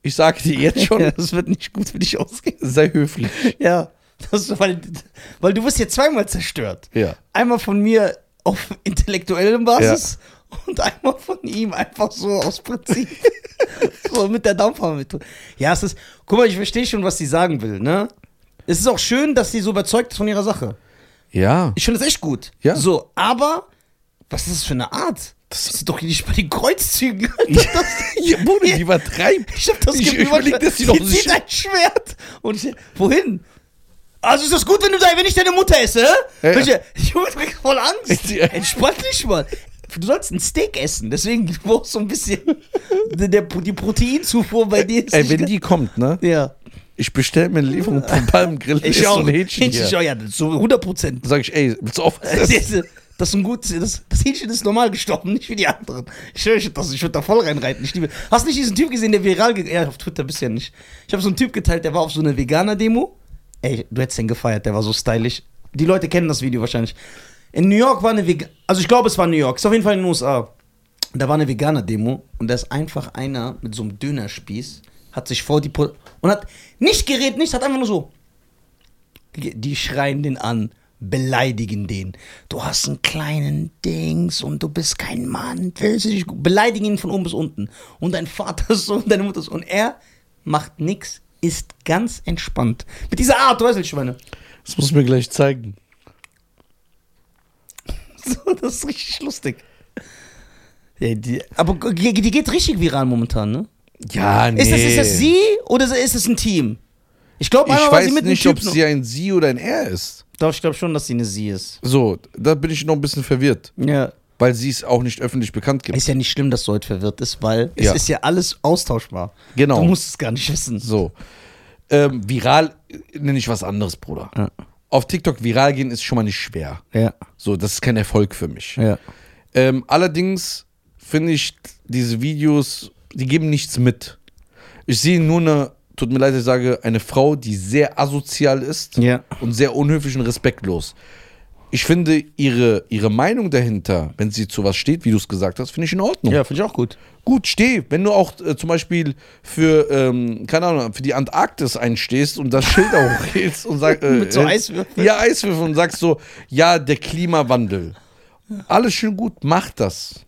Speaker 2: ich sage dir jetzt
Speaker 1: Ja,
Speaker 2: schon,
Speaker 1: das wird nicht gut für dich ausgehen.
Speaker 2: sei höflich.
Speaker 1: Ja, das, weil, weil du wirst hier zweimal zerstört.
Speaker 2: Ja.
Speaker 1: Einmal von mir auf intellektuellem Basis und einmal von ihm einfach so aus Prinzip. so mit der Dampfer mit. Ja, es ist. Guck mal, ich verstehe schon, was sie sagen will, ne? Es ist auch schön, dass sie so überzeugt ist von ihrer Sache.
Speaker 2: Ja.
Speaker 1: Ich finde das echt gut.
Speaker 2: Ja.
Speaker 1: So, aber was ist das für eine Art? Das ist doch nicht bei den Kreuzzügen. Alter, das,
Speaker 2: Ja, Bruder, die übertreibt.
Speaker 1: ich habe das
Speaker 2: Ich- ich
Speaker 1: Gefühl,
Speaker 2: überleg, dass sie
Speaker 1: sie
Speaker 2: noch so
Speaker 1: zieht
Speaker 2: schön-
Speaker 1: ein Schwert. Und ich, wohin? Also ist das gut, wenn, du da, wenn ich deine Mutter esse? hä?
Speaker 2: Ja.
Speaker 1: Wenn Ich, ich hab direkt voll Angst.
Speaker 2: Ja.
Speaker 1: Entspann dich mal. Du sollst ein Steak essen, deswegen brauchst du ein bisschen. Der, der, die Proteinzufuhr bei dir ist.
Speaker 2: Ey,
Speaker 1: nicht
Speaker 2: wenn die kommt, ne?
Speaker 1: ge- ja.
Speaker 2: Ich bestelle mir eine Lieferung vom Palmgrill.
Speaker 1: Ich
Speaker 2: ist
Speaker 1: auch.
Speaker 2: So ein Hähnchen
Speaker 1: Hähnchen,
Speaker 2: hier.
Speaker 1: ja, das ist so 100 Prozent.
Speaker 2: Dann sag ich, ey, willst du auf?
Speaker 1: Das ist, das ist ein gutes. Das, das Hähnchen ist normal gestorben, nicht wie die anderen. Ich schwöre, ich würde das- ich würd da voll reinreiten. Ich liebe. Hast nicht diesen Typ gesehen, der viral gegangen Ja, auf Twitter bist du ja nicht. Ich habe so einen Typ geteilt, der war auf so einer Veganer-Demo. Ey, du hättest den gefeiert, der war so stylisch. Die Leute kennen das Video wahrscheinlich. In New York war eine Vegan. Also, ich glaube, es war New York. Ist auf jeden Fall in den USA. Da war eine Veganer-Demo und da ist einfach einer mit so einem Dönerspieß, hat sich vor die. Po und hat nicht geredet, nichts, hat einfach nur so. Die die schreien den an, beleidigen den. Du hast einen kleinen Dings und du bist kein Mann. Willst du dich gu- beleidigen ihn von oben bis unten. Und dein Vater ist so und deine Mutter ist so. Und er macht nichts, ist ganz entspannt. Mit dieser Art, du weißt, was ich meine.
Speaker 2: Das muss mir gleich zeigen.
Speaker 1: So, das ist richtig lustig. Ja, die, aber g- die geht richtig viral momentan, ne?
Speaker 2: Ja, Ah, nee.
Speaker 1: Ist, das, ist das sie oder ist es ein Team? Ich glaube,
Speaker 2: Ich
Speaker 1: einmal war sie
Speaker 2: weiß
Speaker 1: mit
Speaker 2: nicht,
Speaker 1: einem
Speaker 2: ob
Speaker 1: Typen.
Speaker 2: sie ein Sie oder ein Er ist.
Speaker 1: Doch, ich glaube schon, dass sie eine sie ist.
Speaker 2: So, da bin ich noch ein bisschen verwirrt,
Speaker 1: Ja.
Speaker 2: weil sie es auch nicht öffentlich bekannt gibt.
Speaker 1: Ist ja nicht schlimm, dass du heute verwirrt bist, weil es
Speaker 2: Ja.
Speaker 1: ist ja alles austauschbar.
Speaker 2: Genau.
Speaker 1: Du musst es gar nicht wissen.
Speaker 2: So. Ähm, viral äh, nenne ich was anderes, Bruder.
Speaker 1: Ja.
Speaker 2: Auf TikTok viral gehen ist schon mal nicht schwer.
Speaker 1: Ja,
Speaker 2: So, das ist kein Erfolg für mich.
Speaker 1: ja.
Speaker 2: Ähm, allerdings finde ich diese Videos, die geben nichts mit. Ich sehe nur eine, tut mir leid, ich sage, eine Frau, die sehr asozial ist
Speaker 1: Ja.
Speaker 2: und sehr unhöflich und respektlos. Ich finde ihre, ihre Meinung dahinter, wenn sie zu was steht, wie du es gesagt hast, finde ich in Ordnung.
Speaker 1: Ja, finde ich auch gut.
Speaker 2: Gut, steh. Wenn du auch äh, zum Beispiel für, ähm, keine Ahnung, für die Antarktis einstehst und das Schild hochhältst und sagst. Äh,
Speaker 1: Mit so
Speaker 2: äh,
Speaker 1: Eiswürfeln.
Speaker 2: Ja, Eiswürfel und sagst so, ja, der Klimawandel. Alles schön gut, mach das.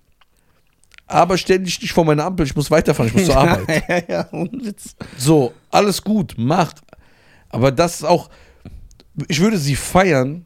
Speaker 2: Aber stell dich nicht vor meine Ampel, ich muss weiterfahren, ich muss zur Arbeit.
Speaker 1: ja, ja, ohne Witz.
Speaker 2: So, alles gut, macht. Aber das ist auch, ich würde sie feiern,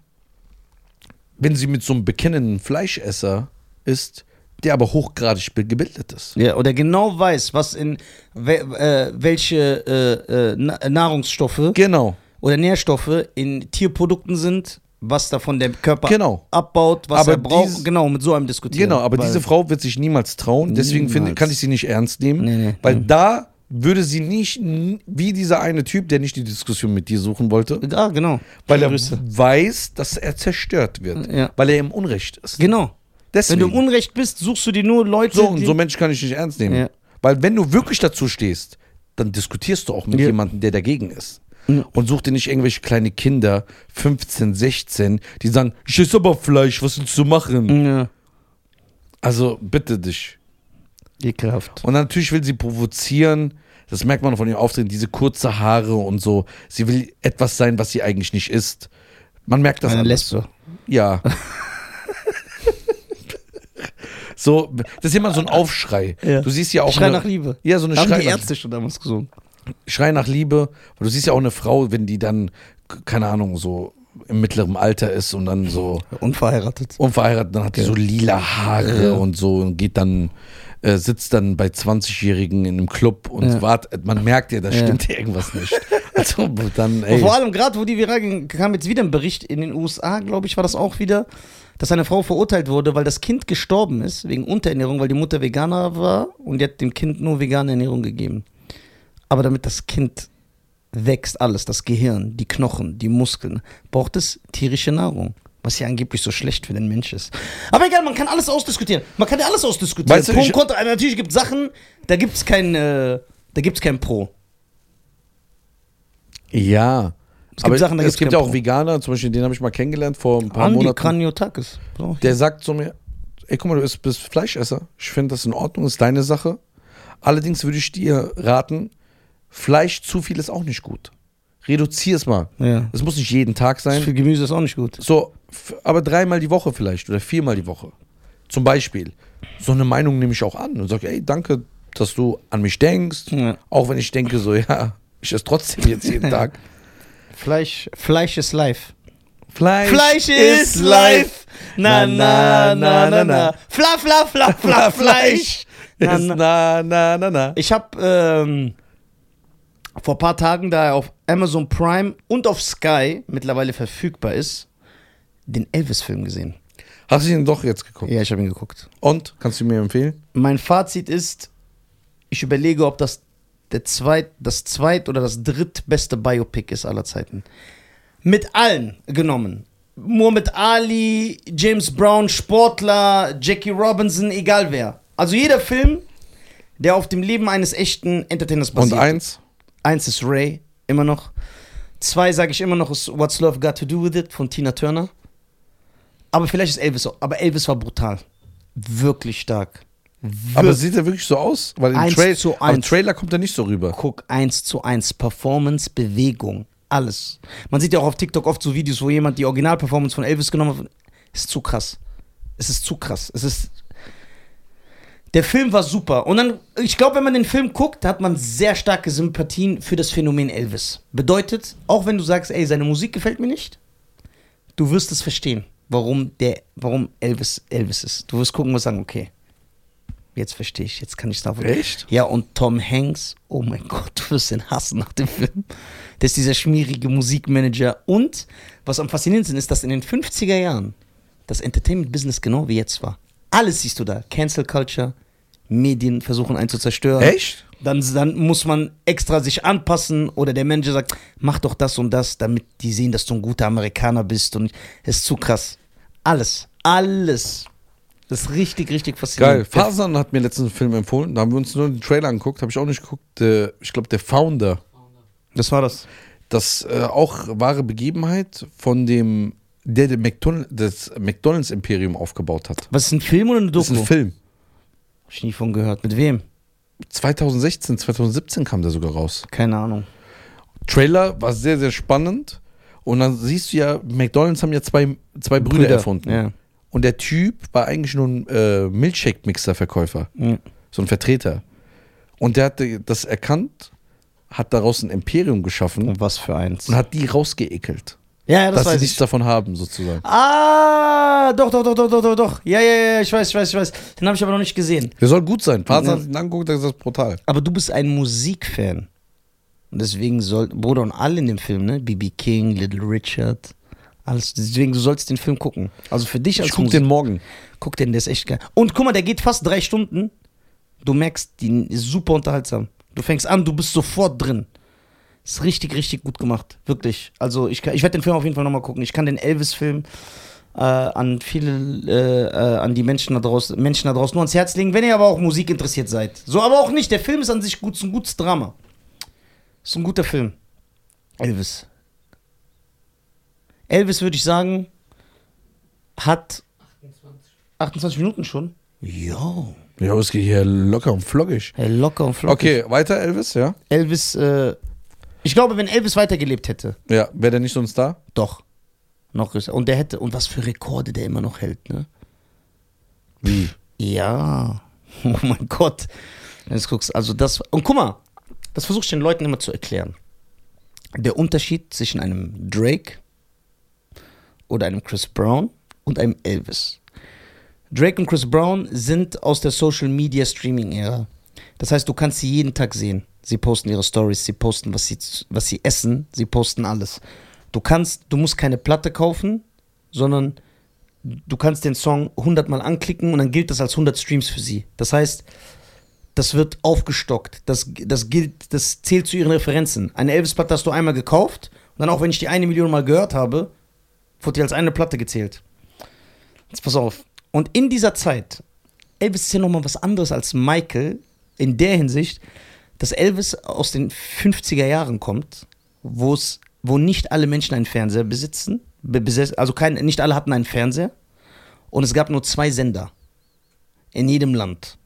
Speaker 2: wenn sie mit so einem bekennenden Fleischesser ist, der aber hochgradig gebildet ist.
Speaker 1: Ja, oder genau weiß, was in we äh, welche äh, äh, Na- Nahrungsstoffe
Speaker 2: Genau.
Speaker 1: oder Nährstoffe in Tierprodukten sind, was davon der Körper
Speaker 2: Genau.
Speaker 1: abbaut, was
Speaker 2: Aber
Speaker 1: er braucht.
Speaker 2: dies-
Speaker 1: Genau, mit so einem diskutieren.
Speaker 2: Genau, aber
Speaker 1: Weil-
Speaker 2: diese Frau wird sich niemals trauen. Deswegen finde,
Speaker 1: Niemals.
Speaker 2: kann ich sie nicht ernst nehmen,
Speaker 1: Nee, nee, Mhm.
Speaker 2: weil da würde sie nicht n- wie dieser eine Typ, der nicht die Diskussion mit dir suchen wollte,
Speaker 1: Ah, genau.
Speaker 2: weil er
Speaker 1: Grüße.
Speaker 2: weiß, dass er zerstört wird,
Speaker 1: Ja.
Speaker 2: weil er im Unrecht ist.
Speaker 1: Genau. Wenn
Speaker 2: Deswegen.
Speaker 1: du im Unrecht bist, suchst du dir nur Leute,
Speaker 2: so und
Speaker 1: die-
Speaker 2: so Menschen kann ich nicht ernst nehmen,
Speaker 1: Ja.
Speaker 2: weil wenn du wirklich dazu stehst, dann diskutierst du auch mit
Speaker 1: Ja. Mhm.
Speaker 2: jemandem, der dagegen ist. Und such dir nicht irgendwelche kleine Kinder, 15, 16, die sagen, ich esse aber Fleisch, was willst du machen?
Speaker 1: Ja,
Speaker 2: Also bitte dich.
Speaker 1: ekelhaft.
Speaker 2: Und natürlich will sie provozieren. Das merkt man von ihrem Auftreten, diese kurze Haare und so. Sie will etwas sein, was sie eigentlich nicht ist. Man merkt das
Speaker 1: Eine
Speaker 2: alles.
Speaker 1: Lesbe.
Speaker 2: Ja. so, das ist immer so ein Aufschrei.
Speaker 1: Ja.
Speaker 2: Du siehst ja auch
Speaker 1: Schrei
Speaker 2: eine,
Speaker 1: nach Liebe.
Speaker 2: Ja, so eine
Speaker 1: Haben
Speaker 2: Schrei
Speaker 1: die
Speaker 2: nach,
Speaker 1: Ärzte schon damals gesungen.
Speaker 2: Schrei nach Liebe. Du siehst ja auch eine Frau, wenn die dann keine Ahnung so im mittleren Alter ist und dann so
Speaker 1: Unverheiratet.
Speaker 2: unverheiratet, dann hat die so lila Haare
Speaker 1: Ja.
Speaker 2: und so und geht dann, äh, sitzt dann bei 20-Jährigen in einem Club und
Speaker 1: Ja.
Speaker 2: wartet. Man merkt ja, da
Speaker 1: Ja.
Speaker 2: stimmt ja irgendwas nicht. Also dann,
Speaker 1: Und
Speaker 2: ey.
Speaker 1: vor allem gerade, wo die viral ging, kam jetzt wieder ein Bericht in den USA, glaube ich, war das auch wieder, dass eine Frau verurteilt wurde, weil das Kind gestorben ist wegen Unterernährung, weil die Mutter Veganer war und die hat dem Kind nur vegane Ernährung gegeben. Aber damit das Kind wächst alles, das Gehirn, die Knochen, die Muskeln, braucht es tierische Nahrung. Was ja angeblich so schlecht für den Mensch ist. Aber egal, man kann alles ausdiskutieren. Man kann ja alles ausdiskutieren.
Speaker 2: Weißt du,
Speaker 1: Pro
Speaker 2: ich-
Speaker 1: und Kontra, aber natürlich gibt es Sachen, da gibt es kein, äh, da gibt's kein Pro.
Speaker 2: Ja.
Speaker 1: Es gibt
Speaker 2: aber
Speaker 1: Sachen, da
Speaker 2: es
Speaker 1: gibt's
Speaker 2: gibt
Speaker 1: kein
Speaker 2: ja auch
Speaker 1: Pro.
Speaker 2: Veganer, zum Beispiel den habe ich mal kennengelernt vor ein paar
Speaker 1: Andi
Speaker 2: Monaten.
Speaker 1: Kraniotakis. So.
Speaker 2: Der sagt zu mir, ey, guck mal, du bist, bist Fleischesser. Ich finde das in Ordnung, ist deine Sache. Allerdings würde ich dir raten, Fleisch zu viel ist auch nicht gut. Reduzier es mal.
Speaker 1: Ja.
Speaker 2: Es muss nicht jeden Tag sein.
Speaker 1: Für Gemüse ist auch nicht gut.
Speaker 2: So, f- aber dreimal die Woche vielleicht oder viermal die Woche. Zum Beispiel. So eine Meinung nehme ich auch an und sage, ey, danke, dass du an mich denkst.
Speaker 1: Ja.
Speaker 2: Auch wenn ich denke, so, ja, ich esse trotzdem jetzt jeden Tag.
Speaker 1: Fleisch, Fleisch ist life.
Speaker 2: Fleisch,
Speaker 1: Fleisch ist life. Na, na, na, na, na. Fla, fla, fla, fla, Fleisch. Na,
Speaker 2: Ist
Speaker 1: na.
Speaker 2: na, na, na, na.
Speaker 1: Ich habe ähm, vor ein paar Tagen, da er auf Amazon Prime und auf Sky mittlerweile verfügbar ist, den Elvis-Film gesehen.
Speaker 2: Hast du ihn doch jetzt geguckt?
Speaker 1: Ja, ich habe ihn geguckt.
Speaker 2: Und? Kannst du mir empfehlen?
Speaker 1: Mein Fazit ist, ich überlege, ob das der zweit, das zweit oder das drittbeste Biopic ist aller Zeiten. Mit allen genommen. Muhammad Ali, James Brown, Sportler, Jackie Robinson, egal wer. Also jeder Film, der auf dem Leben eines echten Entertainers
Speaker 2: Und
Speaker 1: basiert.
Speaker 2: eins?
Speaker 1: Eins ist Ray, immer noch. Zwei sage ich immer noch ist What's Love Got to Do with It von Tina Turner. Aber vielleicht ist Elvis auch. Aber Elvis war brutal. Wirklich stark.
Speaker 2: Aber sieht er wirklich so aus? Weil im,
Speaker 1: Eins
Speaker 2: Trail,
Speaker 1: zu
Speaker 2: am
Speaker 1: eins.
Speaker 2: Trailer kommt er nicht so rüber.
Speaker 1: Guck, eins zu eins. Performance, Bewegung, alles. Man sieht ja auch auf TikTok oft so Videos, wo jemand die Originalperformance von Elvis genommen hat. Ist zu krass. Es ist zu krass. Es ist. Der Film war super. Und dann, ich glaube, wenn man den Film guckt, hat man sehr starke Sympathien für das Phänomen Elvis. Bedeutet, auch wenn du sagst, ey, seine Musik gefällt mir nicht, du wirst es verstehen, warum der, warum Elvis Elvis ist. Du wirst gucken und sagen, okay, jetzt verstehe ich, jetzt kann ich es davon.
Speaker 2: Echt?
Speaker 1: Ja, und Tom Hanks, oh mein Gott, du wirst ihn hassen nach dem Film. Das ist dieser schmierige Musikmanager. Und was am faszinierendsten ist, dass in den 50er Jahren das Entertainment-Business genau wie jetzt war. Alles siehst du da. Cancel Culture, Medien versuchen einen zu zerstören.
Speaker 2: Echt?
Speaker 1: Dann, dann muss man extra sich anpassen oder der Manager sagt, mach doch das und das, damit die sehen, dass du ein guter Amerikaner bist und es ist zu krass. Alles, alles. Das ist richtig, richtig
Speaker 2: Geil.
Speaker 1: faszinierend.
Speaker 2: Fasan hat mir letztens einen Film empfohlen. Da haben wir uns nur den Trailer angeguckt. Habe ich auch nicht geguckt. Äh, Ich glaube, der Founder.
Speaker 1: Das war das.
Speaker 2: Das äh, auch wahre Begebenheit von dem, der, der McDonald, das McDonalds-Imperium aufgebaut hat.
Speaker 1: Was ist ein Film oder eine
Speaker 2: Das
Speaker 1: Doku?
Speaker 2: ist ein Film.
Speaker 1: Hab ich nie von gehört. Mit wem?
Speaker 2: 2016, 2017 kam der sogar raus.
Speaker 1: Keine Ahnung.
Speaker 2: Trailer war sehr, sehr spannend. Und dann siehst du ja, McDonalds haben ja zwei, zwei Brüder, erfunden.
Speaker 1: Ja.
Speaker 2: Und der Typ war eigentlich nur ein äh, Milchshake-Mixer-Verkäufer,
Speaker 1: Ja.
Speaker 2: so ein Vertreter. Und der hatte das erkannt, hat daraus ein Imperium geschaffen
Speaker 1: Und was für eins.
Speaker 2: und hat die rausgeekelt.
Speaker 1: Ja, ja, das
Speaker 2: dass sie
Speaker 1: weiß
Speaker 2: nichts
Speaker 1: ich.
Speaker 2: davon haben, sozusagen.
Speaker 1: Ah, doch, doch, doch, doch, doch, doch, doch. Ja, ja, ja, ich weiß, ich weiß, ich weiß. Den habe ich aber noch nicht gesehen.
Speaker 2: Der soll gut sein. Faser
Speaker 1: Ja.
Speaker 2: hat ihn angeguckt, der ist das brutal.
Speaker 1: Aber du bist ein Musikfan. Und deswegen soll, Bruder und alle in dem Film, ne? BB King, Little Richard, alles. Deswegen, du sollst den Film gucken. Also für dich als
Speaker 2: Ich guck
Speaker 1: Musik-
Speaker 2: den morgen.
Speaker 1: guck den, der ist echt geil. Und guck mal, der geht fast drei Stunden. Du merkst, die ist super unterhaltsam. Du fängst an, du bist sofort drin. Ist richtig, richtig gut gemacht. Wirklich. Also ich, kann- ich werde den Film auf jeden Fall nochmal gucken. Ich kann den Elvis-Film äh, an viele, äh, äh, an die Menschen da, draußen, Menschen da draußen nur ans Herz legen, wenn ihr aber auch Musik interessiert seid. So, aber auch nicht. Der Film ist an sich gut, ist ein gutes Drama. Ist ein guter Film. Elvis. Elvis würde ich sagen, hat
Speaker 3: 28.
Speaker 1: 28 Minuten schon? Jo.
Speaker 2: Ja, es geht hier locker und flockig.
Speaker 1: Hey, locker und flockig.
Speaker 2: Okay, weiter, Elvis, ja?
Speaker 1: Elvis, äh, ich glaube, wenn Elvis weitergelebt hätte,
Speaker 2: Ja, wäre der nicht so ein Star?
Speaker 1: doch. Noch ist Und der hätte, und was für Rekorde der immer noch hält, ne?
Speaker 2: Wie?
Speaker 1: Ja. Oh mein Gott. Jetzt guckst also das. Und guck mal, das versuche ich den Leuten immer zu erklären. Der Unterschied zwischen einem Drake oder einem Chris Brown und einem Elvis. Drake und Chris Brown sind aus der Social Media Streaming Ära. Das heißt, du kannst sie jeden Tag sehen. Sie posten ihre Stories, sie posten, was sie, was sie essen, sie posten alles. Du kannst, du musst keine Platte kaufen, sondern du kannst den Song 100 Mal anklicken und dann gilt das als 100 Streams für sie. Das heißt, das wird aufgestockt. Das, das gilt, das zählt zu ihren Referenzen. Eine Elvis-Platte hast du einmal gekauft und dann auch, wenn ich die eine Million Mal gehört habe, wurde die als eine Platte gezählt. Jetzt pass auf. Und in dieser Zeit, Elvis ist ja nochmal was anderes als Michael, in der Hinsicht, dass Elvis aus den 50er Jahren kommt, wo es, wo nicht alle Menschen einen Fernseher besitzen, be- besessen- also kein, nicht alle hatten einen Fernseher und es gab nur zwei Sender in jedem Land.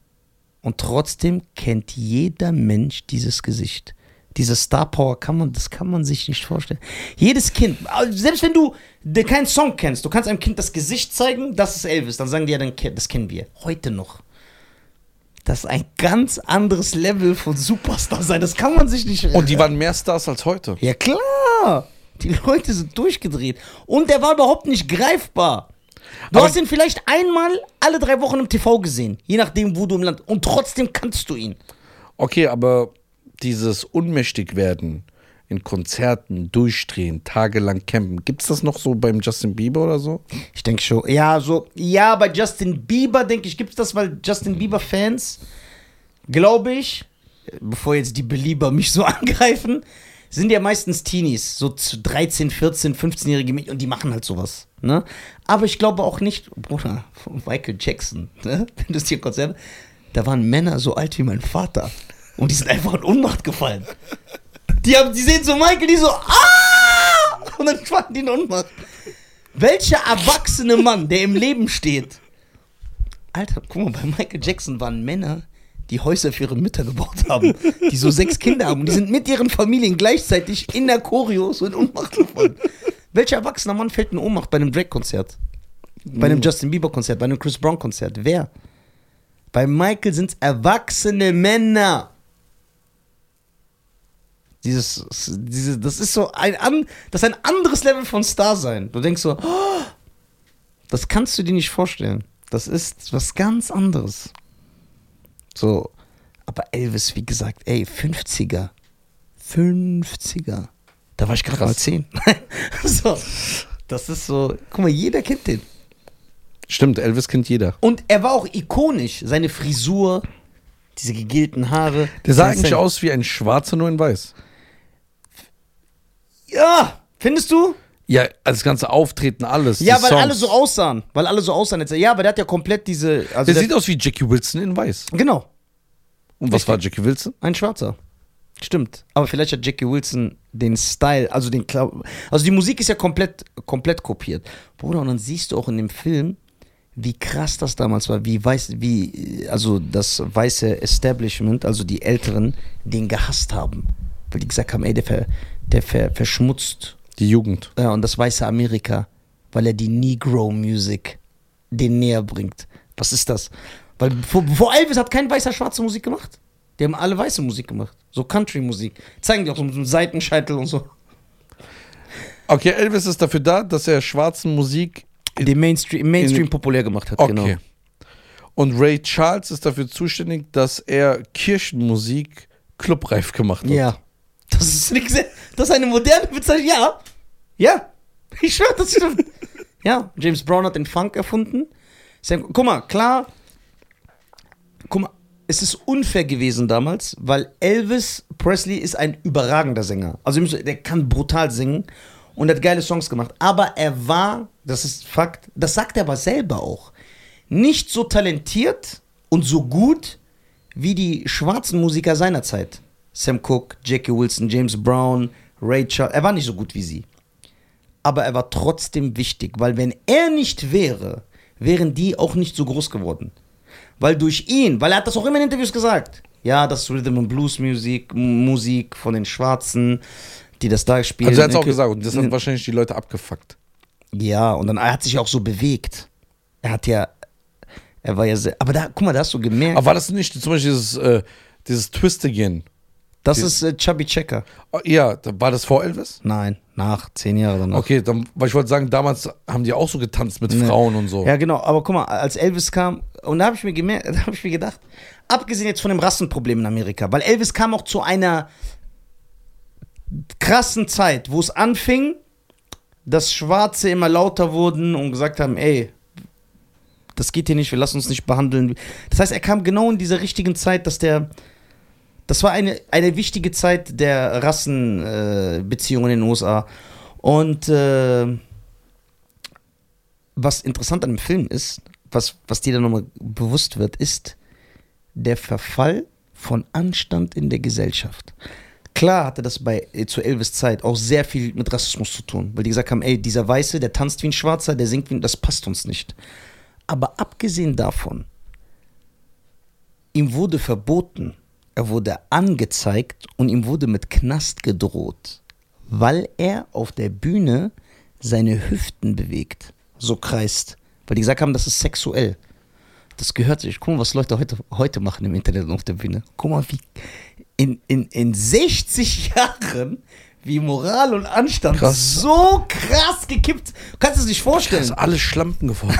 Speaker 1: Und trotzdem kennt jeder Mensch dieses Gesicht. Diese Star Power kann man, das kann man sich nicht vorstellen. Jedes Kind, also selbst wenn du dir keinen Song kennst, du kannst einem Kind das Gesicht zeigen, das ist Elvis, dann sagen die ja, dann ke- das kennen wir. Heute noch. Das ist ein ganz anderes Level von Superstar sein, das kann man sich nicht
Speaker 2: Und die waren mehr Stars als heute.
Speaker 1: ja klar, die Leute sind durchgedreht. Und der war überhaupt nicht greifbar. Du
Speaker 2: Aber-
Speaker 1: hast ihn vielleicht einmal alle drei Wochen im TV gesehen, je nachdem, wo du im Land. Und trotzdem kannst du ihn.
Speaker 2: Okay, aber dieses Unmächtigwerden in Konzerten, durchdrehen, tagelang campen, gibt's das noch so beim Justin Bieber oder so?
Speaker 1: Ich denke schon. Ja, so. Ja, bei Justin Bieber denke ich, gibt es das, weil Justin Bieber-Fans, glaube ich, bevor jetzt die Belieber mich so angreifen, sind ja meistens Teenies, so zu 13, 14, 15-jährige Mädchen und die machen halt sowas. Ne? Aber ich glaube auch nicht, Bruder, von Michael Jackson, ne? wenn du es dir kurz erinnerst, da waren Männer so alt wie mein Vater und die sind einfach in Ohnmacht gefallen. Die, haben, die sehen so Michael, die so, ah! Und dann fallen die in Ohnmacht. Welcher erwachsene Mann, der im Leben steht? Alter, guck mal, bei Michael Jackson waren Männer, die Häuser für ihre Mütter gebaut haben, die so sechs Kinder haben. Und die sind mit ihren Familien gleichzeitig in der Choreo so in Ohnmacht gefallen. Welcher erwachsene Mann fällt in Ohnmacht bei einem Drake-Konzert? Bei einem Justin Bieber-Konzert? Bei einem Chris Brown-Konzert? Wer? Bei Michael sind es erwachsene Männer dieses, diese, das ist so ein, an, das ist ein anderes Level von Star sein. Du denkst so, "Oh, das kannst du dir nicht vorstellen. Das ist was ganz anderes. So, aber Elvis, wie gesagt, ey, 50er. 50er. Da war ich gerade mal 10. so, das ist so, guck mal, jeder kennt den.
Speaker 2: Stimmt, Elvis kennt jeder.
Speaker 1: Und er war auch ikonisch. Seine Frisur, diese gegelten Haare.
Speaker 2: Der sah
Speaker 1: sein
Speaker 2: eigentlich
Speaker 1: Sein-
Speaker 2: aus wie ein Schwarzer, nur in Weiß.
Speaker 1: Ja, findest du?
Speaker 2: Ja, das ganze Auftreten, alles.
Speaker 1: Ja,
Speaker 2: die
Speaker 1: weil
Speaker 2: Songs.
Speaker 1: alle so aussahen. Weil alle so aussahen. Jetzt. Ja, aber der hat ja komplett diese. Also
Speaker 2: Der
Speaker 1: der
Speaker 2: sieht aus wie Jackie Wilson in Weiß.
Speaker 1: genau,
Speaker 2: Und was
Speaker 1: Richtig.
Speaker 2: war Jackie Wilson?
Speaker 1: ein Schwarzer. Stimmt. Aber vielleicht hat Jackie Wilson den Style, also den Kla- Also die Musik ist ja komplett, komplett kopiert. Bruder, und dann siehst du auch in dem Film, wie krass das damals war, wie weiß, wie, äh, also das weiße Establishment, also die Älteren, den gehasst haben. Weil die gesagt haben, ey, der, ver, der ver, verschmutzt
Speaker 2: Die Jugend.
Speaker 1: ja, und das weiße Amerika, weil er die Negro-Music den näher bringt. Was ist das? Weil vor, vor Elvis hat kein weißer schwarze Musik gemacht. Die haben alle weiße Musik gemacht. So Country-Musik. Zeigen die auch so einen Seitenscheitel und so.
Speaker 2: Okay, Elvis ist dafür da, dass er schwarzen Musik.
Speaker 1: Den Mainstream, im Mainstream populär gemacht hat,
Speaker 2: Okay.
Speaker 1: genau.
Speaker 2: Und Ray Charles ist dafür zuständig, dass er Kirchenmusik clubreif gemacht hat.
Speaker 1: Ja. Das ist, nix, das ist eine moderne Bezeichnung. Ja. Ja. Ich schwöre, das stimmt. ja, James Brown hat den Funk erfunden. Sam, guck mal, klar. Guck mal, es ist unfair gewesen damals, weil Elvis Presley ist ein überragender Sänger. Also ihr müsst- der kann brutal singen und hat geile Songs gemacht. Aber er war, das ist Fakt, das sagt er aber selber auch, nicht so talentiert und so gut wie die schwarzen Musiker seiner Zeit. Sam Cooke, Jackie Wilson, James Brown, Ray Charles. Er war nicht so gut wie sie aber er war trotzdem wichtig, weil wenn er nicht wäre, wären die auch nicht so groß geworden. Weil durch ihn, weil er hat das auch immer in Interviews gesagt. Ja, das ist Rhythm and Blues Musik, M- Musik von den Schwarzen, die das da spielen.
Speaker 2: Also er hat es auch gesagt und das hat wahrscheinlich die Leute abgefuckt.
Speaker 1: Ja, und dann er hat sich auch so bewegt. Er hat ja, er war ja sehr, aber da, guck mal, da hast du gemerkt,
Speaker 2: Aber war das nicht zum Beispiel dieses, äh, dieses Twist Again?
Speaker 1: das ist äh, Chubby Checker.
Speaker 2: Oh, Ja, da- war das vor Elvis?
Speaker 1: Nein, nach, zehn Jahre danach.
Speaker 2: Okay, dann, weil ich wollte sagen, damals haben die auch so getanzt mit Frauen und so.
Speaker 1: Ja, genau. Aber guck mal, als Elvis kam, und da habe ich mir gemerkt, da habe ich mir gedacht, abgesehen jetzt von dem Rassenproblem in Amerika, weil Elvis kam auch zu einer krassen Zeit, wo es anfing, dass Schwarze immer lauter wurden und gesagt haben, ey, das geht hier nicht, wir lassen uns nicht behandeln. Das heißt, er kam genau in dieser richtigen Zeit, dass der. Das war eine, eine wichtige Zeit der Rassenbeziehungen äh, Beziehungen in den USA. Und äh, was interessant an dem Film ist, was, was dir dann nochmal bewusst wird, ist der Verfall von Anstand in der Gesellschaft. Klar hatte das bei äh, zu Elvis Zeit auch sehr viel mit Rassismus zu tun, weil die gesagt haben, ey, dieser Weiße, der tanzt wie ein Schwarzer, der singt wie ein, das passt uns nicht. Aber abgesehen davon, ihm wurde verboten, er wurde angezeigt und ihm wurde mit Knast gedroht, weil er auf der Bühne seine Hüften bewegt, so kreist. Weil die gesagt haben, das ist sexuell. Das gehört sich. Guck mal, was Leute heute, heute machen im Internet und auf der Bühne. Guck mal, wie in, in, in 60 Jahren, wie Moral und Anstand
Speaker 2: Krass.
Speaker 1: so krass gekippt. Kannst du es nicht vorstellen?
Speaker 2: Das ist alles Schlampen geworden.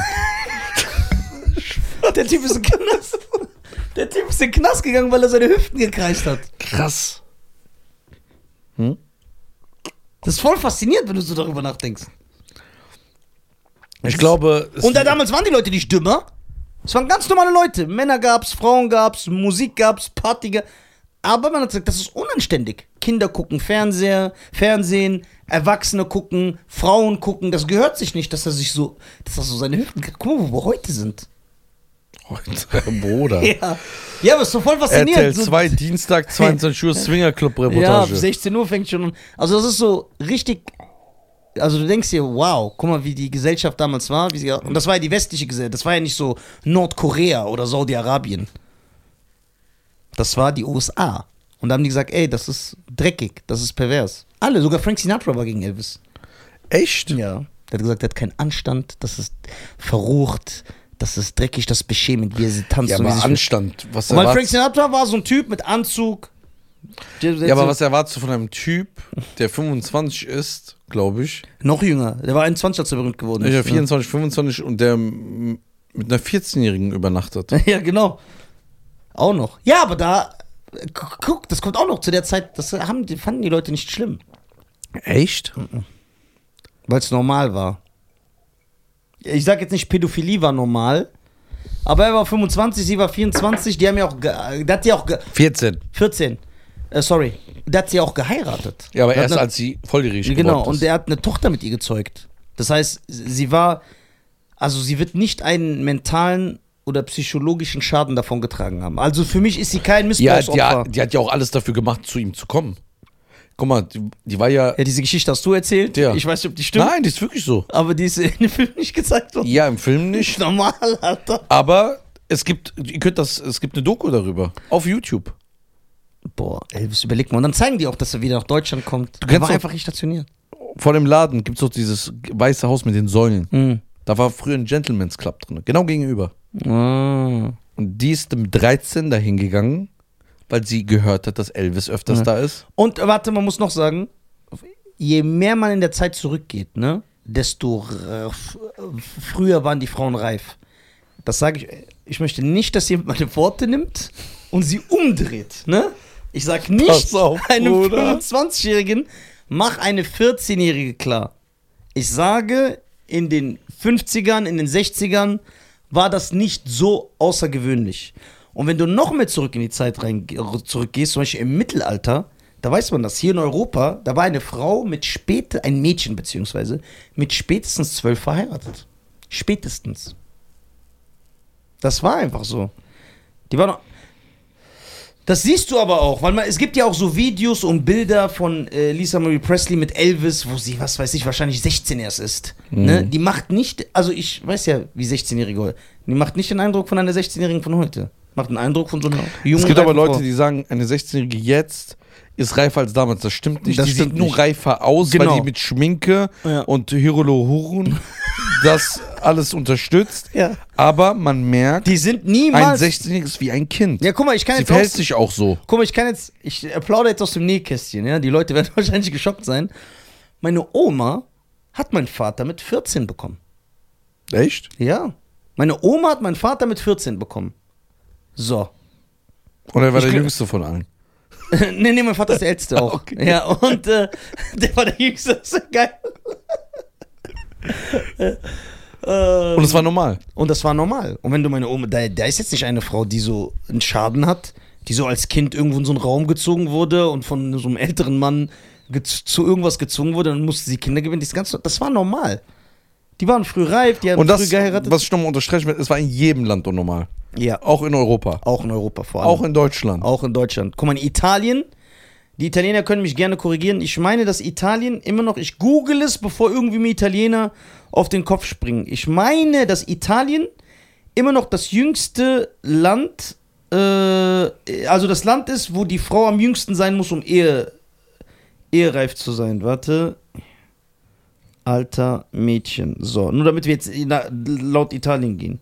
Speaker 1: Der Typ ist in den Knast. Der Typ ist in den Knast gegangen, weil er seine Hüften gekreist hat.
Speaker 2: Krass.
Speaker 1: Das ist voll faszinierend, wenn du so darüber nachdenkst.
Speaker 2: Ich glaube, es-
Speaker 1: Und da damals waren die Leute nicht dümmer. Es waren ganz normale Leute. Männer gab's, Frauen gab's, Musik gab's, Party gab's. Aber man hat gesagt, das ist unanständig. Kinder gucken Fernseher, Fernsehen, Erwachsene gucken, Frauen gucken. Das gehört sich nicht, dass er sich so, dass er so seine Hüften. Guck mal, wo wir heute sind.
Speaker 2: heute, Oh, Bruder.
Speaker 1: Ja, ja aber es ist doch voll
Speaker 2: RTL
Speaker 1: faszinierend. So-
Speaker 2: 2, Dienstag, 22 Uhr,
Speaker 1: Ja, ab
Speaker 2: Swingerclub-Reportage.
Speaker 1: 16 Uhr fängt schon an. Also das ist so richtig. Also du denkst dir, wow, guck mal, wie die Gesellschaft damals war. Wie sie, und das war ja die westliche Gesellschaft. Das war ja nicht so Nordkorea oder Saudi-Arabien. Das war die USA. Und da haben die gesagt, ey, das ist dreckig, das ist pervers. Alle, sogar Frank Sinatra war gegen Elvis.
Speaker 2: Echt?
Speaker 1: Ja. Der hat gesagt, der hat keinen Anstand, das ist verrucht, das ist dreckig, das ist beschämend, wie er sie tanzt.
Speaker 2: Ja,
Speaker 1: und wie
Speaker 2: aber
Speaker 1: sie sich-
Speaker 2: Anstand. Was
Speaker 1: und weil Frank
Speaker 2: erwartest,
Speaker 1: Sinatra war so ein Typ mit Anzug.
Speaker 2: ja, aber was erwartest du von einem Typ, der 25 ist, glaube ich,
Speaker 1: Noch jünger. Der war 21, als er berühmt geworden
Speaker 2: der
Speaker 1: ist. ne?
Speaker 2: 24, 25 und der mm, mit einer 14-Jährigen übernachtet?
Speaker 1: Ja, genau. Auch noch. Ja, aber da, gu- guck, das kommt auch noch zu der Zeit, das haben, die, fanden die Leute nicht schlimm,
Speaker 2: Echt?
Speaker 1: weil es normal war. Ich sag jetzt nicht, Pädophilie war normal, aber er war 25, sie war 24, die haben ja auch, ge- der hat ja auch, ge-
Speaker 2: 14.
Speaker 1: 14, äh, sorry, der hat sie ja auch geheiratet.
Speaker 2: Ja, aber
Speaker 1: Der hat
Speaker 2: erst
Speaker 1: eine-
Speaker 2: als sie volljährig
Speaker 1: Genau,
Speaker 2: geworden
Speaker 1: und
Speaker 2: ist.
Speaker 1: er hat eine Tochter mit ihr gezeugt. Das heißt, sie war, also sie wird nicht einen mentalen oder psychologischen Schaden davon getragen haben. Also für mich ist sie kein
Speaker 2: ja, die,
Speaker 1: Missbrauchsopfer. Ja,
Speaker 2: hat- die hat ja auch alles dafür gemacht, zu ihm zu kommen. Guck mal, die, die war ja.
Speaker 1: diese Geschichte hast du erzählt.
Speaker 2: Ja.
Speaker 1: Ich weiß nicht, ob die Äh, stimmt.
Speaker 2: Nein, die ist wirklich so.
Speaker 1: Aber die ist in dem Film nicht gezeigt worden.
Speaker 2: Ja, im Film nicht.
Speaker 1: Nicht normal, Alter.
Speaker 2: Aber es gibt, ihr könnt das, es gibt eine Doku darüber. Auf YouTube.
Speaker 1: Boah, Elvis, überleg mal. Und dann zeigen die auch, dass er wieder nach Deutschland kommt. Du
Speaker 2: kennst
Speaker 1: war
Speaker 2: doch-
Speaker 1: einfach restationiert.
Speaker 2: Vor dem Laden gibt es doch dieses weiße Haus mit den Säulen.
Speaker 1: Mhm.
Speaker 2: Da war früher ein Gentleman's Club drin, genau gegenüber.
Speaker 1: Ah.
Speaker 2: Und die ist mit 13 dahin gegangen, weil sie gehört hat, dass Elvis öfters da ist.
Speaker 1: Und äh, warte, man muss noch sagen, je mehr man in der Zeit zurückgeht, ne, desto r- f- früher waren die Frauen reif. Das sage ich. Ich möchte nicht, dass jemand meine Worte nimmt und sie umdreht. Ne? Ich sage nicht
Speaker 2: Pass auf,
Speaker 1: einem
Speaker 2: Bruder.
Speaker 1: 25-Jährigen, mach eine 14-Jährige klar. Ich sage, in den 50ern, in den 60ern war das nicht so außergewöhnlich. Und wenn du noch mehr zurück in die Zeit rein, zurückgehst, zum Beispiel im Mittelalter, da weiß man das, hier in Europa, da war eine Frau mit spät, ein Mädchen beziehungsweise, mit spätestens zwölf verheiratet. Spätestens. Das war einfach so. Die war noch. Das siehst du aber auch, weil man, es gibt ja auch so Videos und Bilder von äh, Lisa Marie Presley mit Elvis, wo sie, was weiß ich, wahrscheinlich 16 erst ist. Ne?
Speaker 2: Mhm.
Speaker 1: Die macht nicht, also ich weiß ja, wie 16-Jährige, heute- die macht nicht den Eindruck von einer 16-Jährigen von heute. Macht einen Eindruck von so einer jungen
Speaker 2: Es gibt aber
Speaker 1: reifen
Speaker 2: Leute,
Speaker 1: Frau.
Speaker 2: die sagen, eine 16-Jährige jetzt ist reifer als damals. Das stimmt nicht.
Speaker 1: Das
Speaker 2: die
Speaker 1: stimmt
Speaker 2: sieht nur
Speaker 1: nicht.
Speaker 2: reifer aus,
Speaker 1: Genau.
Speaker 2: weil die mit Schminke
Speaker 1: Ja.
Speaker 2: und Hyrolohuren das alles unterstützt.
Speaker 1: Ja.
Speaker 2: Aber man merkt,
Speaker 1: Die sind
Speaker 2: ein
Speaker 1: niemals.
Speaker 2: 16-Jähriges ist wie ein Kind.
Speaker 1: ja, guck mal, ich kann
Speaker 2: Sie
Speaker 1: jetzt auch.
Speaker 2: verhält sich auch so.
Speaker 1: Guck mal, ich kann jetzt, ich applaudere jetzt aus dem Nähkästchen, ja. Die Leute werden wahrscheinlich geschockt sein. Meine Oma hat meinen Vater mit 14 bekommen.
Speaker 2: Echt?
Speaker 1: Ja. Meine Oma hat meinen Vater mit 14 bekommen. So.
Speaker 2: Oder war
Speaker 1: Ich
Speaker 2: der
Speaker 1: glaub-
Speaker 2: jüngste von allen?
Speaker 1: nee, nee, mein Vater ist der Älteste auch.
Speaker 2: Okay.
Speaker 1: Ja, und äh, der war der Jüngste, das ist ja geil. Ähm,
Speaker 2: Und es war normal.
Speaker 1: und das war normal. Und wenn du meine Oma, da, da ist jetzt nicht eine Frau, die so einen Schaden hat, die so als Kind irgendwo in so einen Raum gezogen wurde und von so einem älteren Mann gez- zu irgendwas gezwungen wurde, dann musste sie Kinder gewinnen. Das, ganze, das war normal. Die waren früh reif, die haben
Speaker 2: Und das,
Speaker 1: früh geheiratet.
Speaker 2: was ich nochmal unterstreichen will, es war in jedem Land unnormal.
Speaker 1: ja,
Speaker 2: Auch in Europa.
Speaker 1: auch in Europa vor allem.
Speaker 2: Auch in Deutschland.
Speaker 1: Auch in Deutschland. Guck mal, in Italien, die Italiener können mich gerne korrigieren. Ich meine, dass Italien immer noch, ich google es, bevor irgendwie mir Italiener auf den Kopf springen. Ich meine, dass Italien immer noch das jüngste Land, äh, also das Land ist, wo die Frau am jüngsten sein muss, um Ehe, ehereif zu sein. Warte. Alter Mädchen. So, nur damit wir jetzt na- laut Italien gehen.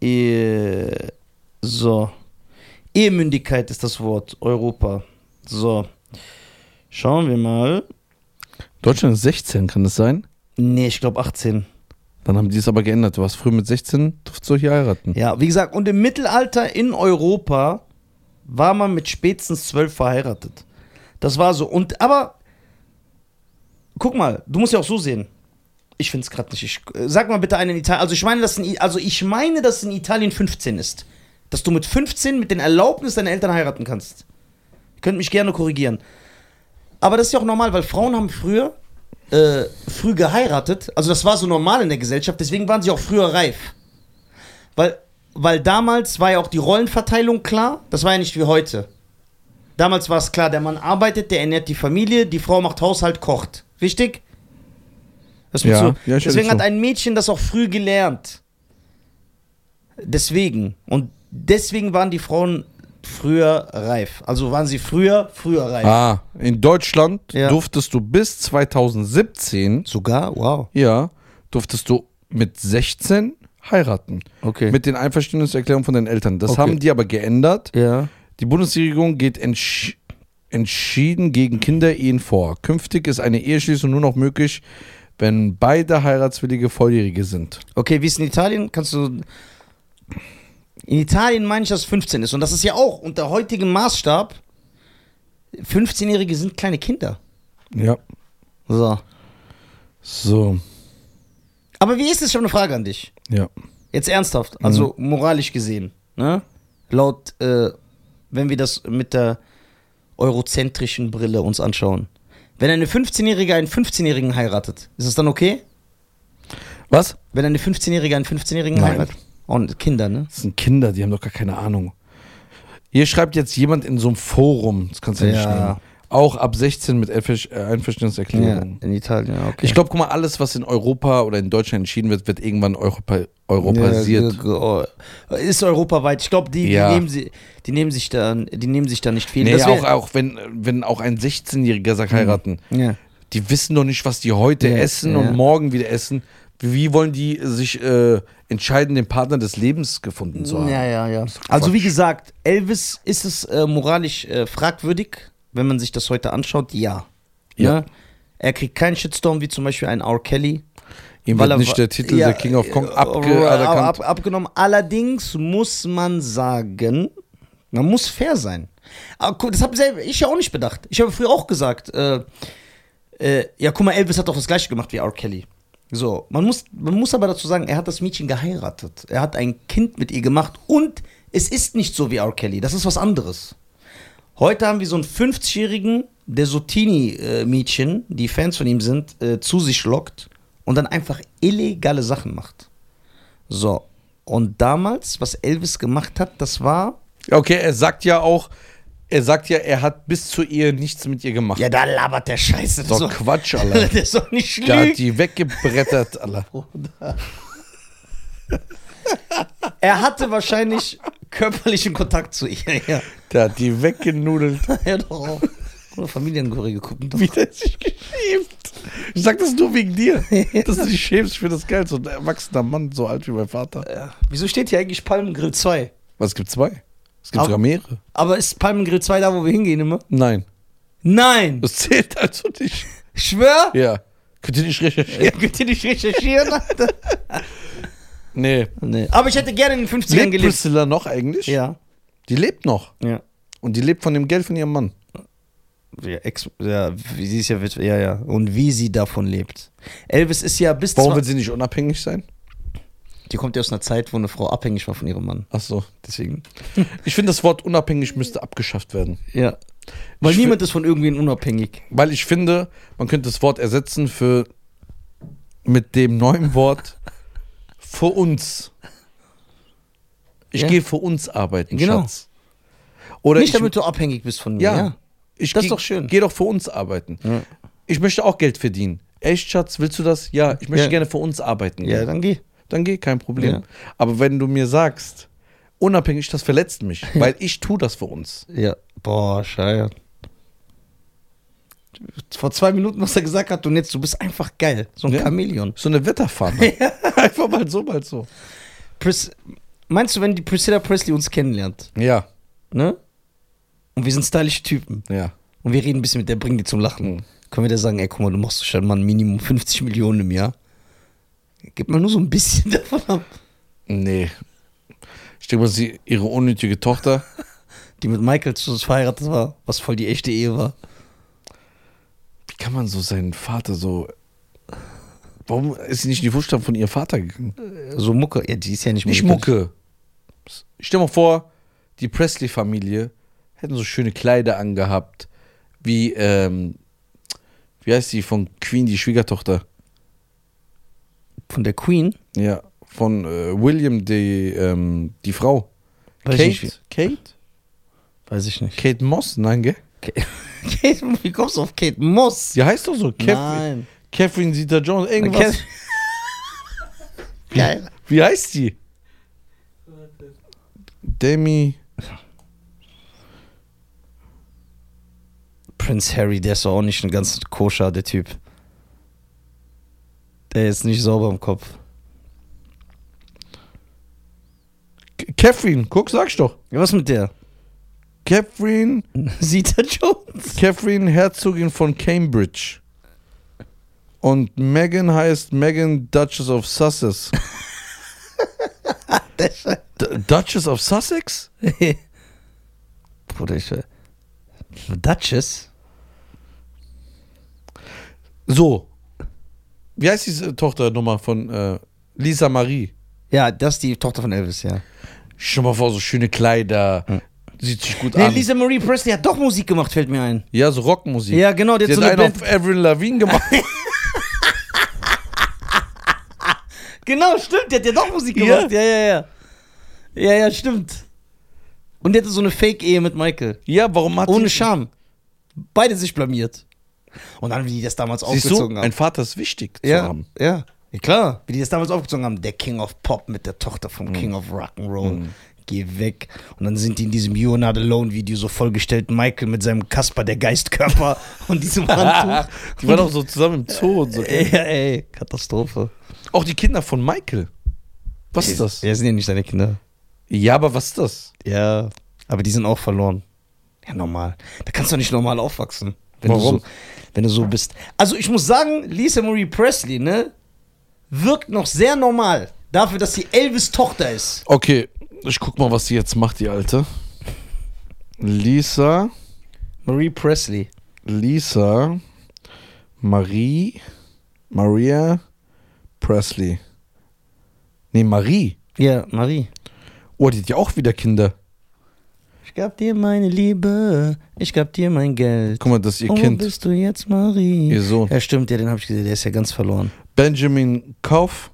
Speaker 1: Ehe, so. Ehemündigkeit ist das Wort. Europa. So. Schauen wir mal.
Speaker 2: Deutschland ist 16, kann das sein?
Speaker 1: Nee, ich glaube 18.
Speaker 2: Dann haben die es aber geändert. Du warst früher mit 16, durftest du hier heiraten.
Speaker 1: Ja, wie gesagt, und im Mittelalter in Europa war man mit spätestens 12 verheiratet. Das war so. Und aber guck mal, du musst ja auch so sehen. Ich finde es gerade nicht. Ich, äh, sag mal bitte einen in Italien. Also ich meine, dass in, I- also ich meine, dass in Italien 15 ist. Dass du mit 15 mit den Erlaubnis deiner Eltern heiraten kannst. Ihr könnt mich gerne korrigieren. Aber das ist ja auch normal, weil Frauen haben früher äh, früh geheiratet. Also das war so normal in der Gesellschaft. Deswegen waren sie auch früher reif. Weil, weil damals war ja auch die Rollenverteilung klar. Das war ja nicht wie heute. Damals war es klar, der Mann arbeitet, der ernährt die Familie, die Frau macht Haushalt, kocht. Wichtig? Das ist mir
Speaker 2: Ja,
Speaker 1: so.
Speaker 2: ja, ich höre
Speaker 1: Deswegen
Speaker 2: dir
Speaker 1: hat
Speaker 2: zu.
Speaker 1: ein Mädchen das auch früh gelernt. Deswegen. Und deswegen waren die Frauen früher reif. Also waren sie früher, früher reif.
Speaker 2: Ah, in Deutschland
Speaker 1: Ja.
Speaker 2: durftest du bis 2017,
Speaker 1: Sogar? Wow.
Speaker 2: ja, durftest du mit 16 heiraten.
Speaker 1: Okay.
Speaker 2: Mit den Einverständniserklärungen von den Eltern. Das
Speaker 1: Okay.
Speaker 2: haben die aber geändert.
Speaker 1: ja.
Speaker 2: Die Bundesregierung geht entsch entschieden gegen Kinderehen vor. Künftig ist eine Eheschließung nur noch möglich, wenn beide Heiratswillige Volljährige sind.
Speaker 1: Okay, wie ist in Italien? Kannst du. In Italien meine ich, dass 15 ist. Und das ist ja auch unter heutigem Maßstab. 15-Jährige sind kleine Kinder.
Speaker 2: Ja.
Speaker 1: So.
Speaker 2: So,
Speaker 1: Aber wie ist es? Ich habe eine Frage an dich.
Speaker 2: ja.
Speaker 1: Jetzt ernsthaft, also moralisch gesehen, ne? Laut, äh, wenn wir das mit der eurozentrischen Brille uns anschauen. Wenn eine 15-Jährige einen 15-Jährigen heiratet, ist es dann okay?
Speaker 2: Was?
Speaker 1: Wenn eine 15-Jährige einen 15-Jährigen
Speaker 2: Nein.
Speaker 1: heiratet? Und Kinder, ne?
Speaker 2: Das sind Kinder, die haben doch gar keine Ahnung. Hier schreibt jetzt jemand in so einem Forum, das kannst du ja nicht
Speaker 1: Ja.
Speaker 2: nehmen. Auch ab 16 mit Einver- äh,
Speaker 1: Ja,
Speaker 2: Einverständniserklärung.
Speaker 1: in Italien, ja, okay.
Speaker 2: Ich glaube, guck mal, alles, was in Europa oder in Deutschland entschieden wird, wird irgendwann Europa europasiert.
Speaker 1: Ja, ge- ge- ist europaweit. Ich glaube, die,
Speaker 2: Ja.
Speaker 1: die, nehmen sie- die nehmen sich da, die nehmen sich da nicht viel.
Speaker 2: nee,
Speaker 1: Das
Speaker 2: auch,
Speaker 1: wär-
Speaker 2: auch wenn, wenn auch ein 16-Jähriger sagt, heiraten.
Speaker 1: ja.
Speaker 2: Die wissen doch nicht, was die heute
Speaker 1: Ja,
Speaker 2: essen
Speaker 1: ja.
Speaker 2: und morgen wieder essen. Wie wollen die sich äh, entscheiden, den Partner des Lebens gefunden zu haben?
Speaker 1: ja, ja, ja. Also wie gesagt, Elvis ist es äh, moralisch äh, fragwürdig, wenn man sich das heute anschaut. Ja.
Speaker 2: Ja.
Speaker 1: Ne? Er kriegt keinen Shitstorm wie zum Beispiel ein R. Kelly.
Speaker 2: Ihm
Speaker 1: Weil
Speaker 2: wird
Speaker 1: er
Speaker 2: nicht
Speaker 1: wa-
Speaker 2: der Titel
Speaker 1: ja,
Speaker 2: der King of Kong
Speaker 1: äh,
Speaker 2: abge
Speaker 1: ab,
Speaker 2: anerkannt.
Speaker 1: abgenommen. Allerdings muss man sagen, man muss fair sein. Aber guck, das habe selber ich ja auch nicht bedacht. Ich habe früher auch gesagt, äh, äh, ja, guck mal, Elvis hat doch das gleiche gemacht wie R. Kelly. So, man muss, man muss aber dazu sagen, er hat das Mädchen geheiratet. Er hat ein Kind mit ihr gemacht und es ist nicht so wie R. Kelly. Das ist was anderes. Heute haben wir so einen 50-jährigen, der so Teenie-Mädchen, die Fans von ihm sind, äh, zu sich lockt und dann einfach illegale Sachen macht. So. Und damals, was Elvis gemacht hat, das war.
Speaker 2: Okay, er sagt ja auch, er sagt ja, er hat bis zur Ehe nichts mit ihr gemacht.
Speaker 1: Ja, da labert der Scheiße.
Speaker 2: das ist doch Quatsch, Alter.
Speaker 1: Der ist doch nicht
Speaker 2: Der hat
Speaker 1: lügt.
Speaker 2: die weggebrettert, Alter.
Speaker 1: Er hatte wahrscheinlich körperlichen Kontakt zu ihr. Ja,
Speaker 2: Der hat die weggenudelt.
Speaker 1: ja doch. Oder Familienkurige gucken doch.
Speaker 2: Wie der sich geschämt. Ich sag das nur wegen dir. Dass du dich schämst, ich finde das geil. So ein erwachsener Mann, so alt wie mein Vater.
Speaker 1: Ja. Äh, Wieso steht hier eigentlich Palmengrill 2?
Speaker 2: Was gibt zwei? Es gibt
Speaker 1: Au-
Speaker 2: sogar mehrere.
Speaker 1: Aber ist Palmengrill 2 da, wo wir hingehen immer?
Speaker 2: Nein.
Speaker 1: Nein!
Speaker 2: Das zählt also nicht.
Speaker 1: Ich schwör!
Speaker 2: Ja. Könnt ihr nicht recherchieren?
Speaker 1: Ja. Äh, Könnt ihr nicht recherchieren? Alter?
Speaker 2: Nee.
Speaker 1: nee. Aber ich hätte gerne in den 50ern
Speaker 2: Lebt
Speaker 1: gelebt.
Speaker 2: Priscilla noch eigentlich?
Speaker 1: Ja,
Speaker 2: Die lebt noch.
Speaker 1: ja.
Speaker 2: Und die lebt von dem Geld von ihrem Mann.
Speaker 1: ja, Ex, ja, wie sie ist ja, Witwe- ja, ja, und wie sie davon lebt. Elvis ist ja bis
Speaker 2: Warum
Speaker 1: zwei,
Speaker 2: will sie nicht unabhängig sein?
Speaker 1: die kommt ja aus einer Zeit, wo eine Frau abhängig war von ihrem Mann.
Speaker 2: Ach so.
Speaker 1: Deswegen.
Speaker 2: Ich finde, das Wort unabhängig müsste abgeschafft werden.
Speaker 1: Ja. Weil
Speaker 2: Ich
Speaker 1: niemand ist von irgendwen unabhängig.
Speaker 2: Weil ich finde, man könnte das Wort ersetzen für mit dem neuen Wort für uns. Ich
Speaker 1: Ja.
Speaker 2: gehe für uns arbeiten,
Speaker 1: Genau.
Speaker 2: Schatz. Oder
Speaker 1: Nicht
Speaker 2: ich,
Speaker 1: damit du abhängig bist von mir.
Speaker 2: Ja.
Speaker 1: ja.
Speaker 2: Ich
Speaker 1: Das
Speaker 2: geh,
Speaker 1: ist doch schön.
Speaker 2: Geh doch für uns arbeiten. Ich möchte auch Geld verdienen. Echt, Schatz, willst du das? Ja, ich möchte
Speaker 1: Ja.
Speaker 2: gerne für uns arbeiten.
Speaker 1: Ja, dann geh.
Speaker 2: Dann geh, kein Problem.
Speaker 1: Ja.
Speaker 2: Aber wenn du mir sagst, unabhängig, das verletzt mich, weil ich tue das für uns.
Speaker 1: Ja. Boah, Scheiße. Vor zwei Minuten, was er gesagt hat, und jetzt, du bist einfach geil. So ein
Speaker 2: Ja.
Speaker 1: Chamäleon.
Speaker 2: So eine Wetterfahne. Einfach mal so, mal so.
Speaker 1: Pris Meinst du, wenn die Priscilla Presley uns kennenlernt,
Speaker 2: Ja,
Speaker 1: ne? Und wir sind stylische Typen.
Speaker 2: ja.
Speaker 1: Und wir reden ein bisschen mit der, bringen die zum Lachen.
Speaker 2: Mhm.
Speaker 1: Können wir der sagen, ey, guck mal, du machst schon mal ein Minimum 50 Millionen im Jahr. Gib mal nur so ein bisschen davon ab.
Speaker 2: Nee. Ich denke mal, sie, ihre unnötige Tochter.
Speaker 1: Die mit Michael zu verheiratet war, was voll die echte Ehe war.
Speaker 2: Wie kann man so seinen Vater so. Warum ist sie nicht in die Fußstapfen von ihrem Vater gegangen?
Speaker 1: So Mucke. Ja, Äh, die ist ja nicht
Speaker 2: Äh. Nicht
Speaker 1: musikalisch.
Speaker 2: Mucke. Stell mal vor, die Presley-Familie hätten so schöne Kleider angehabt, wie, ähm, wie heißt die von Queen, die Schwiegertochter?
Speaker 1: Von der Queen.
Speaker 2: Ja, von äh, William, die, ähm, die Frau.
Speaker 1: Weiß ich
Speaker 2: Kate?
Speaker 1: nicht.
Speaker 2: Kate?
Speaker 1: Weiß ich nicht.
Speaker 2: Kate Moss? Nein, gell?
Speaker 1: Kate, Kate wie kommst du auf Kate Moss?
Speaker 2: Die heißt doch so. Catherine,
Speaker 1: Nein.
Speaker 2: Catherine Zeta-Jones, irgendwas.
Speaker 1: Kate- Geil.
Speaker 2: wie heißt die?
Speaker 3: Warte.
Speaker 2: Demi.
Speaker 1: Prince Harry, der ist doch auch nicht ein ganz koscher, der Typ. Der ist nicht sauber im Kopf.
Speaker 2: K- Catherine, guck, sag ich doch.
Speaker 1: Ja, was mit der?
Speaker 2: Catherine,
Speaker 1: Sita Jones.
Speaker 2: Catherine Herzogin von Cambridge. Und Meghan heißt Meghan Duchess of Sussex.
Speaker 1: Der Scheiß.
Speaker 2: D Duchess of Sussex?
Speaker 1: Bruder, ich. äh, Duchess?
Speaker 2: So. Wie heißt diese Tochter nochmal von äh, Lisa Marie?
Speaker 1: Ja, das ist die Tochter von Elvis, ja.
Speaker 2: Schon mal vor, so schöne Kleider. Sieht sich gut
Speaker 1: Nee,
Speaker 2: an.
Speaker 1: Lisa Marie Presley hat doch Musik gemacht, fällt mir ein.
Speaker 2: Ja, so Rockmusik.
Speaker 1: Ja, genau,
Speaker 2: Die
Speaker 1: der
Speaker 2: hat
Speaker 1: hat so eine
Speaker 2: einen
Speaker 1: Band.
Speaker 2: auf Avril Lavigne gemacht.
Speaker 1: Genau, stimmt, der hat ja doch Musik
Speaker 2: Ja.
Speaker 1: gemacht. Ja, ja, ja. Ja, ja, stimmt. Und der hatte so eine Fake-Ehe mit Michael.
Speaker 2: ja, warum hat
Speaker 1: Ohne
Speaker 2: die-
Speaker 1: Scham. Beide sich blamiert. Und dann, wie die das damals
Speaker 2: Siehst du,
Speaker 1: aufgezogen haben.
Speaker 2: ein Vater ist wichtig zu
Speaker 1: ja,
Speaker 2: haben.
Speaker 1: ja, ja. Klar, Mhm. wie die das damals aufgezogen haben. Der King of Pop mit der Tochter vom King of Rock'n'Roll. Geh weg. Und dann sind die in diesem You Are Not Alone Video so vollgestellt. Michael mit seinem Kasper, der Geistkörper und diesem Handtuch.
Speaker 2: Die waren auch so zusammen im Zoo und so.
Speaker 1: Ey, ey, Katastrophe.
Speaker 2: Auch die Kinder von Michael. Was ist das?
Speaker 1: Ja, sind ja nicht deine Kinder.
Speaker 2: Ja, aber was ist das?
Speaker 1: Ja, aber die sind auch verloren. Ja, normal. Da kannst du nicht normal aufwachsen. Wenn
Speaker 2: Warum?
Speaker 1: Du so, wenn du so bist. Also ich muss sagen, Lisa Marie Presley, ne, wirkt noch sehr normal. Dafür, dass sie Elvis Tochter ist.
Speaker 2: Okay, ich guck mal, was sie jetzt macht, die Alte. Lisa,
Speaker 1: Marie Presley.
Speaker 2: Lisa, Marie, Maria, Presley. Nee, Marie.
Speaker 1: Ja, Marie.
Speaker 2: Oh, die hat ja auch wieder Kinder.
Speaker 1: Ich gab dir meine Liebe, ich gab dir mein Geld.
Speaker 2: Guck mal, das ist ihr
Speaker 1: oh,
Speaker 2: Kind.
Speaker 1: bist du jetzt Marie?
Speaker 2: Ihr Sohn.
Speaker 1: Ja, stimmt, ja, den habe ich gesehen, der ist ja ganz verloren.
Speaker 2: Benjamin Kauf.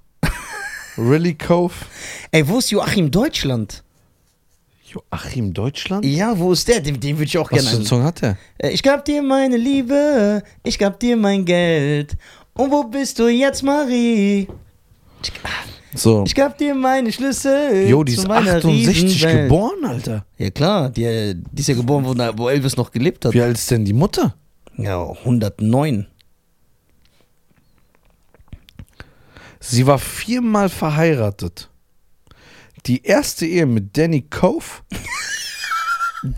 Speaker 2: Really Kauf.
Speaker 1: Ey, wo ist Joachim Deutschland?
Speaker 2: Joachim Deutschland?
Speaker 1: Ja, wo ist der? Den, den würde ich auch
Speaker 2: Was
Speaker 1: gerne
Speaker 2: für einen
Speaker 1: einen-
Speaker 2: Song hat er?
Speaker 1: Äh, Ich gab dir meine Liebe, ich gab dir mein Geld. Und wo bist du jetzt, Marie? ah,
Speaker 2: So.
Speaker 1: Ich gab dir meine Schlüssel.
Speaker 2: Jo, die ist
Speaker 1: zu meiner
Speaker 2: 68
Speaker 1: Riesenwelt.
Speaker 2: geboren, Alter.
Speaker 1: Ja, klar, die, äh, die ist ja geboren, wo, wo Elvis noch gelebt hat.
Speaker 2: Wie alt ist denn die Mutter?
Speaker 1: Ja, 109.
Speaker 2: Sie war viermal verheiratet. Die erste Ehe mit Danny Cove,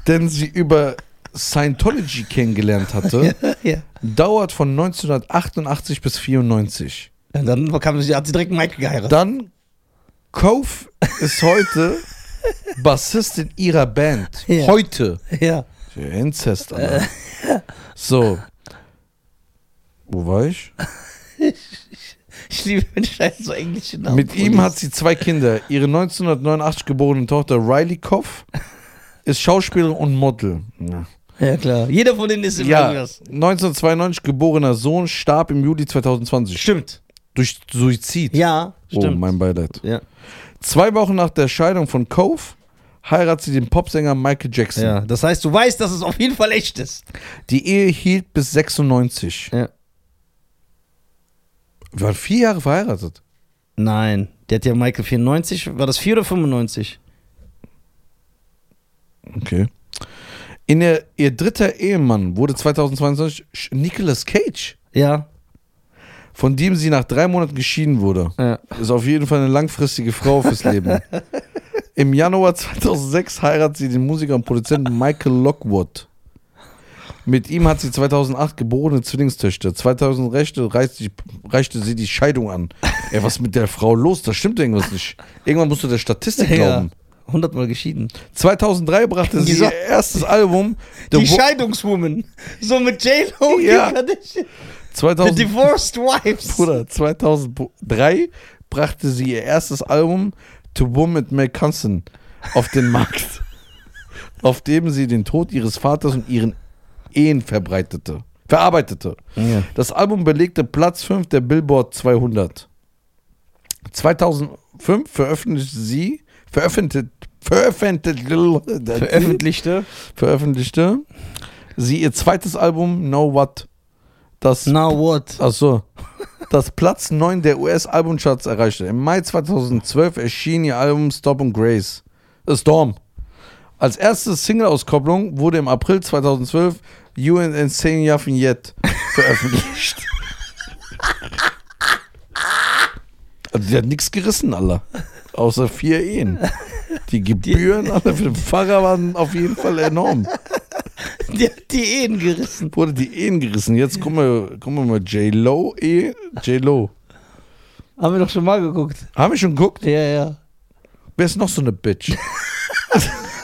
Speaker 2: den sie über Scientology kennengelernt hatte,
Speaker 1: ja.
Speaker 2: dauert von 1988 bis 94.
Speaker 1: Und dann kam sie, hat sie direkt Michael geheiratet.
Speaker 2: Dann Cove ist heute Bassist in ihrer Band.
Speaker 1: Ja.
Speaker 2: Heute.
Speaker 1: ja.
Speaker 2: Ja, Inzest, Alter. So. Wo war ich?
Speaker 1: Ich liebe, wenn Stein so englische Namen
Speaker 2: Mit ihm hat
Speaker 1: vorliest.
Speaker 2: sie zwei Kinder. Ihre 1989 geborene Tochter Riley Koff ist Schauspielerin und Model. Ja.
Speaker 1: Ja, klar. Jeder von denen ist immer
Speaker 2: Ja,
Speaker 1: irgendwas.
Speaker 2: 1992 geborener Sohn starb im Juli 2020
Speaker 1: Stimmt.
Speaker 2: durch Suizid.
Speaker 1: Ja,
Speaker 2: oh,
Speaker 1: stimmt.
Speaker 2: mein Beileid.
Speaker 1: ja.
Speaker 2: Zwei Wochen nach der Scheidung von Cove heiratet sie den Popsänger Michael Jackson.
Speaker 1: ja, das heißt, du weißt, dass es auf jeden Fall echt ist.
Speaker 2: Die Ehe hielt bis 96.
Speaker 1: Ja.
Speaker 2: War vier Jahre verheiratet.
Speaker 1: Nein, der hat ja Michael 94, war das 4 oder 95?
Speaker 2: Okay. In der, ihr dritter Ehemann wurde 2022 Sch- Nicolas Cage,
Speaker 1: Ja,
Speaker 2: von dem sie nach drei Monaten geschieden wurde.
Speaker 1: ja.
Speaker 2: Ist auf jeden Fall eine langfristige Frau fürs Leben. Im Januar 2006 heiratet sie den Musiker und Produzenten Michael Lockwood. Mit ihm hat sie 2008 geborene Zwillingstöchter. 2000 reichte, reichte, sie- reichte sie die Scheidung an. Ey, was ist mit der Frau los? Da stimmt irgendwas nicht. Irgendwann musst du der Statistik
Speaker 1: ja.
Speaker 2: glauben.
Speaker 1: 100 Mal geschieden.
Speaker 2: 2003 brachte sie
Speaker 1: Die Sa-
Speaker 2: ihr erstes Album. The
Speaker 1: Die
Speaker 2: Wo-
Speaker 1: Scheidungswoman. So mit J-Lo und
Speaker 2: Ja.
Speaker 1: Kim Kardashian. The
Speaker 2: 2000,
Speaker 1: Divorced Wives.
Speaker 2: Bruder, 2003 brachte sie ihr erstes Album To Woman with Mel Constant auf den Markt, auf dem sie den Tod ihres Vaters und ihren Ehen verbreitete, verarbeitete.
Speaker 1: Ja.
Speaker 2: Das Album belegte Platz 5 der Billboard 200. 2005 veröffentlichte sie veröffentlicht, veröffentlicht,
Speaker 1: Veröffentlichte.
Speaker 2: veröffentlichte sie ihr zweites Album Know What, das
Speaker 1: Now what?
Speaker 2: Ach so. Das Platz 9 der US-Albumcharts erreichte. Im Mai 2012 erschien ihr Album Stop and Grace. Äh, Storm. Als erste Single-Auskopplung wurde im April 2012 You and Insane Yaffin Yet veröffentlicht. also, die hat nichts gerissen, Allah. Außer vier Ehen. Die Gebühren Alter, für den Pfarrer waren auf jeden Fall enorm.
Speaker 1: Die hat die Ehen gerissen.
Speaker 2: Wurde die Ehen gerissen. Jetzt gucken wir, gucken wir mal J-Lo, Ehe. J-Lo.
Speaker 1: Haben wir doch schon mal geguckt.
Speaker 2: Haben wir schon geguckt?
Speaker 1: Ja, ja.
Speaker 2: Wer ist noch so eine Bitch?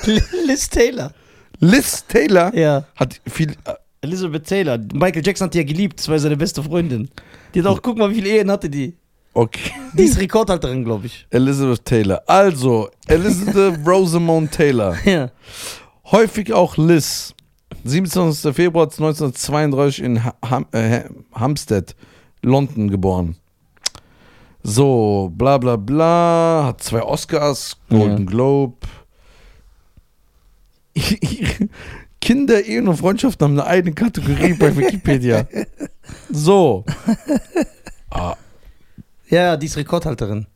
Speaker 1: Liz Taylor.
Speaker 2: Liz Taylor
Speaker 1: Ja.
Speaker 2: hat viel. äh,
Speaker 1: Elizabeth Taylor. Michael Jackson hat die ja geliebt. Das war seine beste Freundin. Die hat auch, guck mal, wie viele Ehen hatte die.
Speaker 2: Okay.
Speaker 1: Die ist Rekordhalterin, glaube ich.
Speaker 2: Elizabeth Taylor. Also, Elizabeth Rosamond Taylor.
Speaker 1: Ja.
Speaker 2: Häufig auch Liz. 27. Februar 1932 in Ha- Ham äh, Hampstead, London geboren. So, bla bla bla. Hat zwei Oscars, Golden Globe. Kinder, Ehen und Freundschaften haben eine eigene Kategorie bei Wikipedia. So.
Speaker 1: Ja, ja, die ist Rekordhalterin.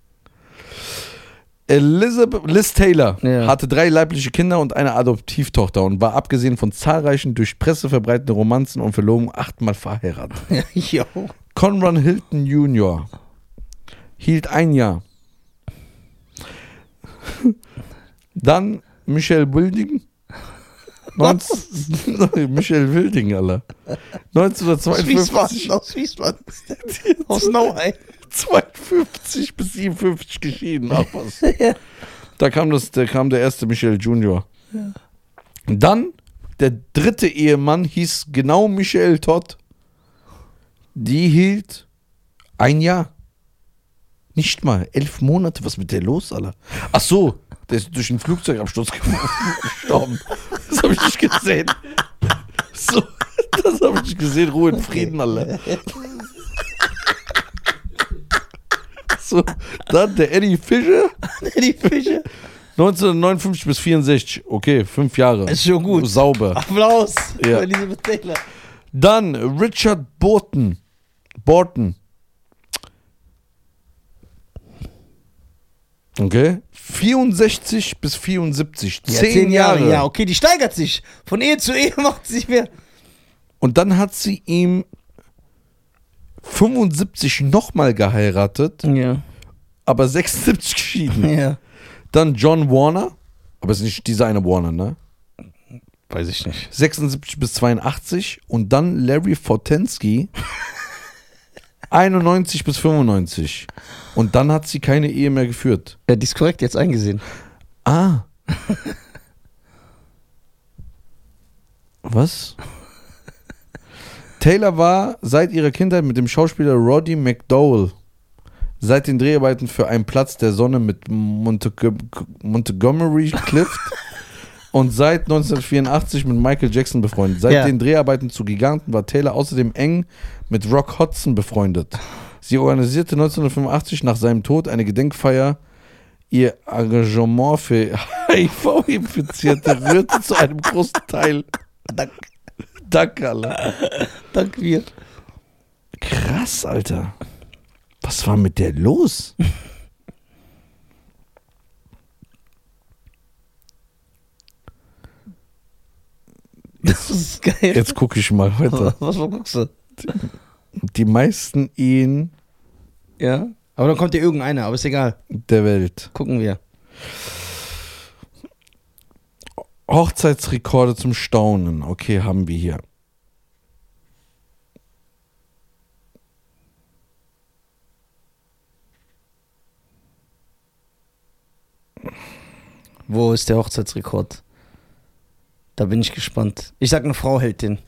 Speaker 2: Elizabeth Liz Taylor
Speaker 1: Ja.
Speaker 2: hatte drei leibliche Kinder und eine Adoptivtochter und war abgesehen von zahlreichen durch Presse verbreiteten Romanzen und Verlobungen achtmal verheiratet.
Speaker 1: jo.
Speaker 2: Conran Hilton Jr. hielt ein Jahr. Dann Michelle Wilding.
Speaker 1: Was?
Speaker 2: Michelle Wilding, Alter. 1952
Speaker 1: Wiesbaden, aus Wiesbaden. aus Nauheim.
Speaker 2: 52 bis 57 geschieden. Ach was.
Speaker 1: Ja.
Speaker 2: Da kam, das, da kam der erste Michel Junior. Dann der dritte Ehemann hieß genau Michel Todd. Die hielt ein Jahr. Nicht mal elf Monate. Was ist mit der los, Alter? Ach so, der ist durch einen Flugzeugabsturz gestorben. Das habe ich nicht gesehen. So, das habe ich nicht gesehen. Ruhe in Frieden, Alter. So, dann der Eddie Fischer.
Speaker 1: Die Fische.
Speaker 2: 1959 bis 64. Okay, fünf Jahre.
Speaker 1: Ist schon gut.
Speaker 2: Sauber.
Speaker 1: Applaus
Speaker 2: Ja.
Speaker 1: für Elizabeth Taylor.
Speaker 2: Dann Richard Burton. Burton. Okay. 64 bis 74.
Speaker 1: Ja,
Speaker 2: zehn, Jahre.
Speaker 1: Ja, okay, die steigert sich. Von Ehe zu Ehe macht sie sich mehr.
Speaker 2: Und dann hat sie ihm 75 nochmal geheiratet,
Speaker 1: Ja.
Speaker 2: aber 76 geschieden.
Speaker 1: Ja.
Speaker 2: Dann John Warner. Aber es ist nicht dieser eine Warner, ne?
Speaker 1: Weiß ich nicht.
Speaker 2: 76 bis 82 und dann Larry Fortensky 91 bis 95. Und dann hat sie keine Ehe mehr geführt.
Speaker 1: Ja, die ist korrekt jetzt eingesehen.
Speaker 2: Ah. Was? Taylor war seit ihrer Kindheit mit dem Schauspieler Roddy McDowell seit den Dreharbeiten für Ein Platz der Sonne mit Montego- Montgomery Clift und seit 1984 mit Michael Jackson befreundet. Seit
Speaker 1: Ja.
Speaker 2: den Dreharbeiten zu Giganten war Taylor außerdem eng mit Rock Hudson befreundet. Sie organisierte 1985 nach seinem Tod eine Gedenkfeier. Ihr Engagement für HIV-Infizierte rührte zu einem großen Teil. Danke. Danke, Allah.
Speaker 1: Danke dir.
Speaker 2: Krass, Alter. Was war mit der los?
Speaker 1: Das ist geil.
Speaker 2: Jetzt gucke ich mal weiter.
Speaker 1: was, was guckst du?
Speaker 2: Die meisten Ehen
Speaker 1: Ja. Aber dann kommt dir irgendeiner, aber ist egal.
Speaker 2: der Welt.
Speaker 1: Gucken wir.
Speaker 2: Hochzeitsrekorde zum Staunen. Okay, haben wir hier.
Speaker 1: Wo ist der Hochzeitsrekord? Da bin ich gespannt. Ich sag, eine Frau hält den.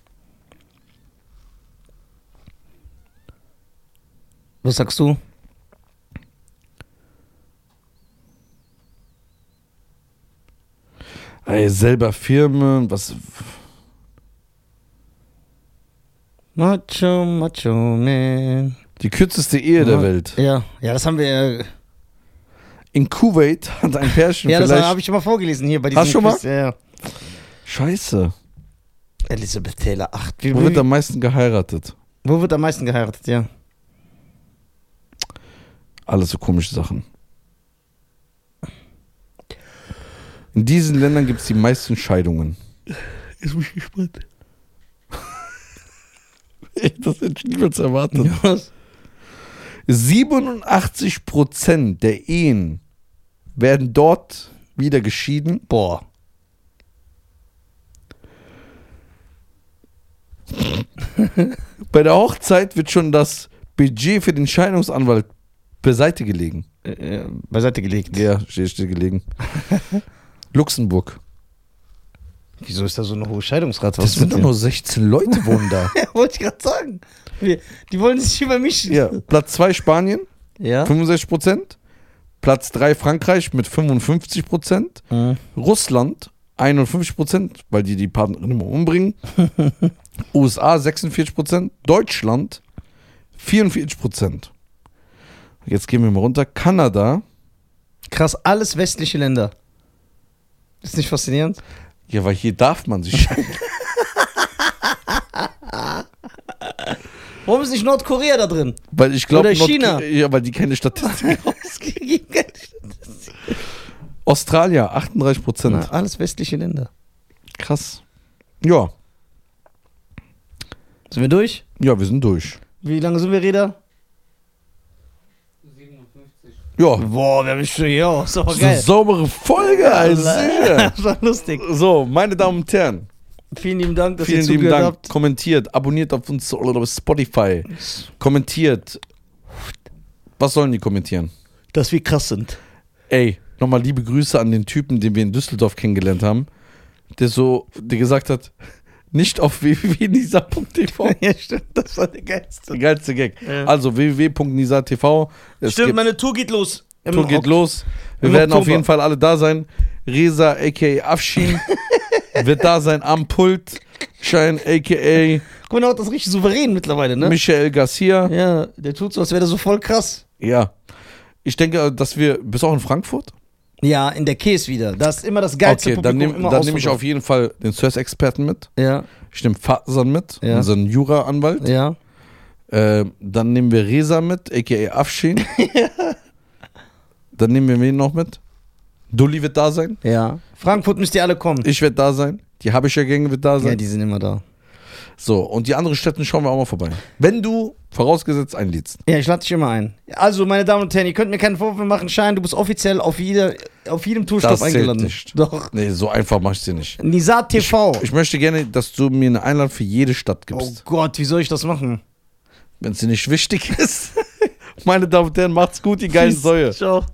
Speaker 1: Was sagst du?
Speaker 2: Ey, selber Firmen, was.
Speaker 1: Macho, Macho Man.
Speaker 2: Die kürzeste Ehe der Welt.
Speaker 1: Ja, ja, das haben wir. äh,
Speaker 2: In Kuwait hat ein Pärchen
Speaker 1: Ja, das
Speaker 2: vielleicht.
Speaker 1: habe ich schon mal vorgelesen hier bei diesem
Speaker 2: Hast schon mal?
Speaker 1: Quiz. Ja, ja.
Speaker 2: Scheiße.
Speaker 1: Elisabeth Taylor, 8. Wie,
Speaker 2: Wo wird
Speaker 1: wie,
Speaker 2: am meisten geheiratet?
Speaker 1: wo wird am meisten geheiratet? Ja.
Speaker 2: Alles so komische Sachen. In diesen Ländern gibt es die meisten Scheidungen.
Speaker 3: Jetzt bin ich gespannt.
Speaker 2: Das hätte ich niemals erwartet.
Speaker 1: Was?
Speaker 2: 87% der Ehen werden dort wieder geschieden.
Speaker 1: Boah.
Speaker 2: Bei der Hochzeit wird schon das Budget für den Scheidungsanwalt beiseite gelegen.
Speaker 1: Äh, äh, beiseite gelegt.
Speaker 2: Ja, steht, steht gelegen. Luxemburg.
Speaker 1: Wieso ist da so eine hohe Scheidungsrate?
Speaker 2: Das sind doch nur 16 Leute wohnen da.
Speaker 1: Ja, wollte ich gerade sagen. Wir, die wollen sich übermischen.
Speaker 2: ja, Platz 2 Spanien,
Speaker 1: Ja.
Speaker 2: 65%. Platz 3 Frankreich mit 55%.
Speaker 1: Mhm.
Speaker 2: Russland 51%, weil die die Partnerin immer umbringen. USA 46%, Deutschland 44%. Jetzt gehen wir mal runter. Kanada,
Speaker 1: Krass, alles westliche Länder. Ist nicht faszinierend?
Speaker 2: ja, weil hier darf man sich scheiden.
Speaker 1: Warum ist nicht Nordkorea da drin?
Speaker 2: weil ich glaube,
Speaker 1: Oder China.
Speaker 2: Ja, weil die keine Statistik haben.
Speaker 1: Das ging gar nicht.
Speaker 2: Australien 38%.
Speaker 1: Na, alles westliche Länder.
Speaker 2: Krass. Ja,
Speaker 1: Sind wir durch?
Speaker 2: ja, wir sind durch.
Speaker 1: Wie lange sind wir, Reda?
Speaker 3: 57.
Speaker 2: Ja,
Speaker 1: Boah, wir haben schon. Ja, ist aber
Speaker 2: das ist eine
Speaker 1: Mhm. geil.
Speaker 2: saubere Folge, also sicher.
Speaker 1: Das war lustig.
Speaker 2: So, meine Damen und Herren.
Speaker 1: Vielen lieben Dank, dass ihr
Speaker 2: Vielen lieben
Speaker 1: zugehört
Speaker 2: Dank.
Speaker 1: habt.
Speaker 2: Kommentiert, abonniert auf uns auf Spotify. Kommentiert. Was sollen die kommentieren?
Speaker 1: Dass wir krass sind.
Speaker 2: Ey, nochmal liebe Grüße an den Typen, den wir in Düsseldorf kennengelernt haben, der so, der gesagt hat, nicht auf www.nisa.tv.
Speaker 1: ja, stimmt. Das war der geilste.
Speaker 2: Der geilste Gag.
Speaker 1: Ja.
Speaker 2: Also www.nisa.tv. Es
Speaker 1: Stimmt,
Speaker 2: gibt,
Speaker 1: meine Tour geht los. Im
Speaker 2: Tour geht
Speaker 1: Ok-
Speaker 2: los. Wir
Speaker 1: im
Speaker 2: werden auf
Speaker 1: Oktober.
Speaker 2: jeden Fall alle da sein. Reza aka Afshin wird da sein am Pult. Schein aka
Speaker 1: Guck mal, der macht das richtig souverän mittlerweile, ne?
Speaker 2: Michael Garcia.
Speaker 1: Ja, der tut so, als wäre der so voll krass.
Speaker 2: Ja. Ich denke, dass wir. Bist du auch in Frankfurt?
Speaker 1: Ja, in der Käse wieder. Das ist immer das geilste
Speaker 2: okay, dann
Speaker 1: Publikum,
Speaker 2: nehme
Speaker 1: immer
Speaker 2: dann nehm ich auf
Speaker 1: ausverkauft.
Speaker 2: jeden Fall den Stress-Experten mit. Ich nehme Fasan mit,
Speaker 1: Ja.
Speaker 2: unseren Jura-Anwalt.
Speaker 1: Ja, ja.
Speaker 2: Ähm, dann nehmen wir Reza mit, a.k.a. Afshin. Dann nehmen wir wen noch mit? Dulli wird da sein.
Speaker 1: Ja. Frankfurt müsst ihr alle kommen. Also-
Speaker 2: Ich werde da sein. Die Habischer Gänge wird da
Speaker 1: ja,
Speaker 2: sein.
Speaker 1: die sind immer da.
Speaker 2: so, und die anderen Städten schauen wir auch mal vorbei. Wenn du, vorausgesetzt, einlädst.
Speaker 1: Ja, ich lade dich immer ein. Also, meine Damen und Herren, ihr könnt mir keinen Vorwurf machen, Schein, du bist offiziell auf, jeder, auf jedem Tourstopp
Speaker 2: Das zählt
Speaker 1: eingeladen.
Speaker 2: nicht.
Speaker 1: Doch.
Speaker 2: Nee, so einfach mach ich dir nicht.
Speaker 1: Nizar TV.
Speaker 2: Ich möchte gerne, dass du mir eine Einladung für jede Stadt
Speaker 1: oh
Speaker 2: gibst.
Speaker 1: Gott, wie soll ich das machen?
Speaker 2: wenn sie nicht wichtig ist. Meine Damen und Herren, macht's gut, die geilen
Speaker 1: Peace.
Speaker 2: Säue.
Speaker 1: Ciao.